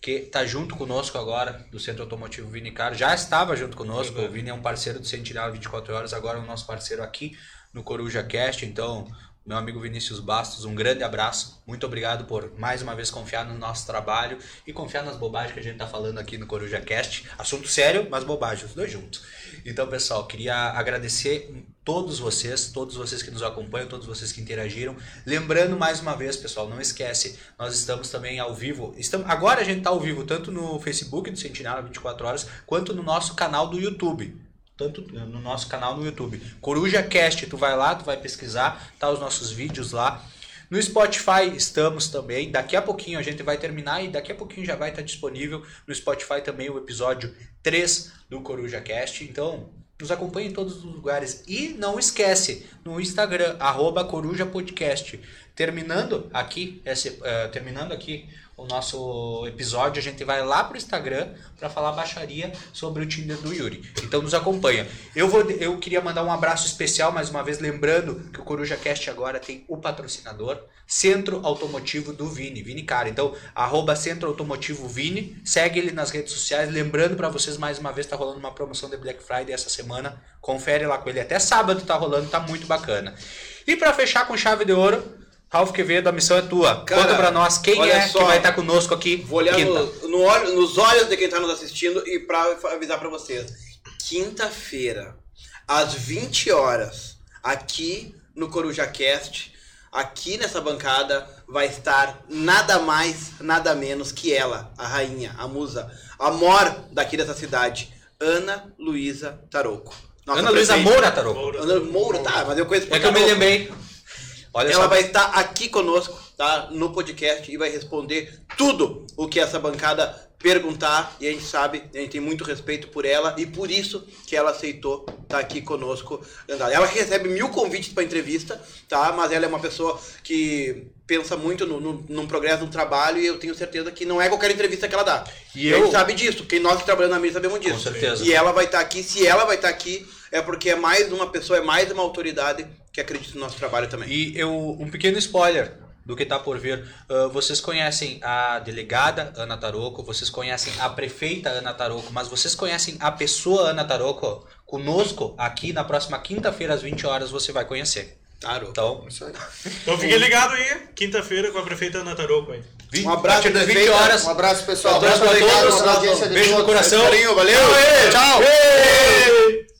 que está junto conosco agora, do Centro Automotivo Vinicar, já estava junto conosco, o Vini é um parceiro do Sentinela 24 Horas, agora é o nosso parceiro aqui no Coruja Cast, então meu amigo Vinícius Bastos, um grande abraço. Muito obrigado por mais uma vez confiar no nosso trabalho e confiar nas bobagens que a gente está falando aqui no Coruja Cast. Assunto sério, mas bobagem, os dois juntos. Então, pessoal, queria agradecer todos vocês, todos vocês que nos acompanham, todos vocês que interagiram. Lembrando mais uma vez, pessoal, não esquece, nós estamos também ao vivo. Estamos, agora a gente está ao vivo tanto no Facebook do Sentinela 24 horas, quanto no nosso canal do YouTube tanto eh, no nosso canal no YouTube. Coruja Cast, tu vai lá, tu vai pesquisar, tá os nossos vídeos lá. No Spotify estamos também. Daqui a pouquinho a gente vai terminar e daqui a pouquinho já vai estar disponível no Spotify também o episódio 3 do Coruja Cast. Então, nos acompanhe em todos os lugares. E não esquece, no Instagram, arroba Coruja Podcast. Terminando aqui, esse, eh, terminando aqui o nosso episódio, a gente vai lá pro Instagram para falar baixaria sobre o Tinder do Yuri. Então nos acompanha. Eu, vou, eu queria mandar um abraço especial, mais uma vez, lembrando que o Coruja Cast agora tem o patrocinador, Centro Automotivo do Vini, Vini Cara. Então, arroba Centro Automotivo Vini, segue ele nas redes sociais. Lembrando para vocês, mais uma vez, tá rolando uma promoção de Black Friday essa semana. Confere lá com ele. Até sábado tá rolando, tá muito bacana. E para fechar com chave de ouro, Ralf Quevedo, a missão é tua. Cara, Conta pra nós quem olha é só. que vai estar conosco aqui. Vou olhar quinta. no- no olho- nos olhos de quem tá nos assistindo e pra avisar pra vocês. Quinta-feira, às 20 horas, aqui no Coruja Cast, aqui nessa bancada, vai estar nada mais, nada menos que ela, a rainha, a musa, a mor daqui dessa cidade, Ana Luísa Taroco. Nossa Ana Luísa prefeita. Moura, Tarô. Ana Moura, tá, mas eu conheço É que eu me Taroco. lembrei. Olha Ela só. vai estar aqui conosco, tá? No podcast e vai responder tudo o que essa bancada perguntar. E a gente sabe, a gente tem muito respeito por ela e por isso que ela aceitou estar aqui conosco. Gandalf. Ela recebe mil convites para entrevista, tá? Mas ela é uma pessoa que pensa muito no, no, num progresso do trabalho e eu tenho certeza que não é qualquer entrevista que ela dá. E E a gente eu- sabe disso, quem nós que trabalhamos na mídia sabemos disso. certeza. E ela vai estar aqui, se ela vai estar aqui, é porque é mais uma pessoa, é mais uma autoridade que acredita no nosso trabalho também. E eu, um pequeno spoiler do que tá por vir. Ah, vocês conhecem a delegada Ana Taroco, vocês conhecem a prefeita Ana Taroco, mas vocês conhecem a pessoa Ana Taroco conosco aqui na próxima quinta-feira às 20 horas você vai conhecer. Claro. Então, Isso aí. Então fiquem ligados aí, quinta-feira com a prefeita Ana Tarouco aí. vi- Um abraço, a partir das 20 prefeita. horas. Um abraço, pessoal. Um abraço Muito a obrigado todos. pela audiência de Beijo no todos. coração. Carinho, valeu. Tchau.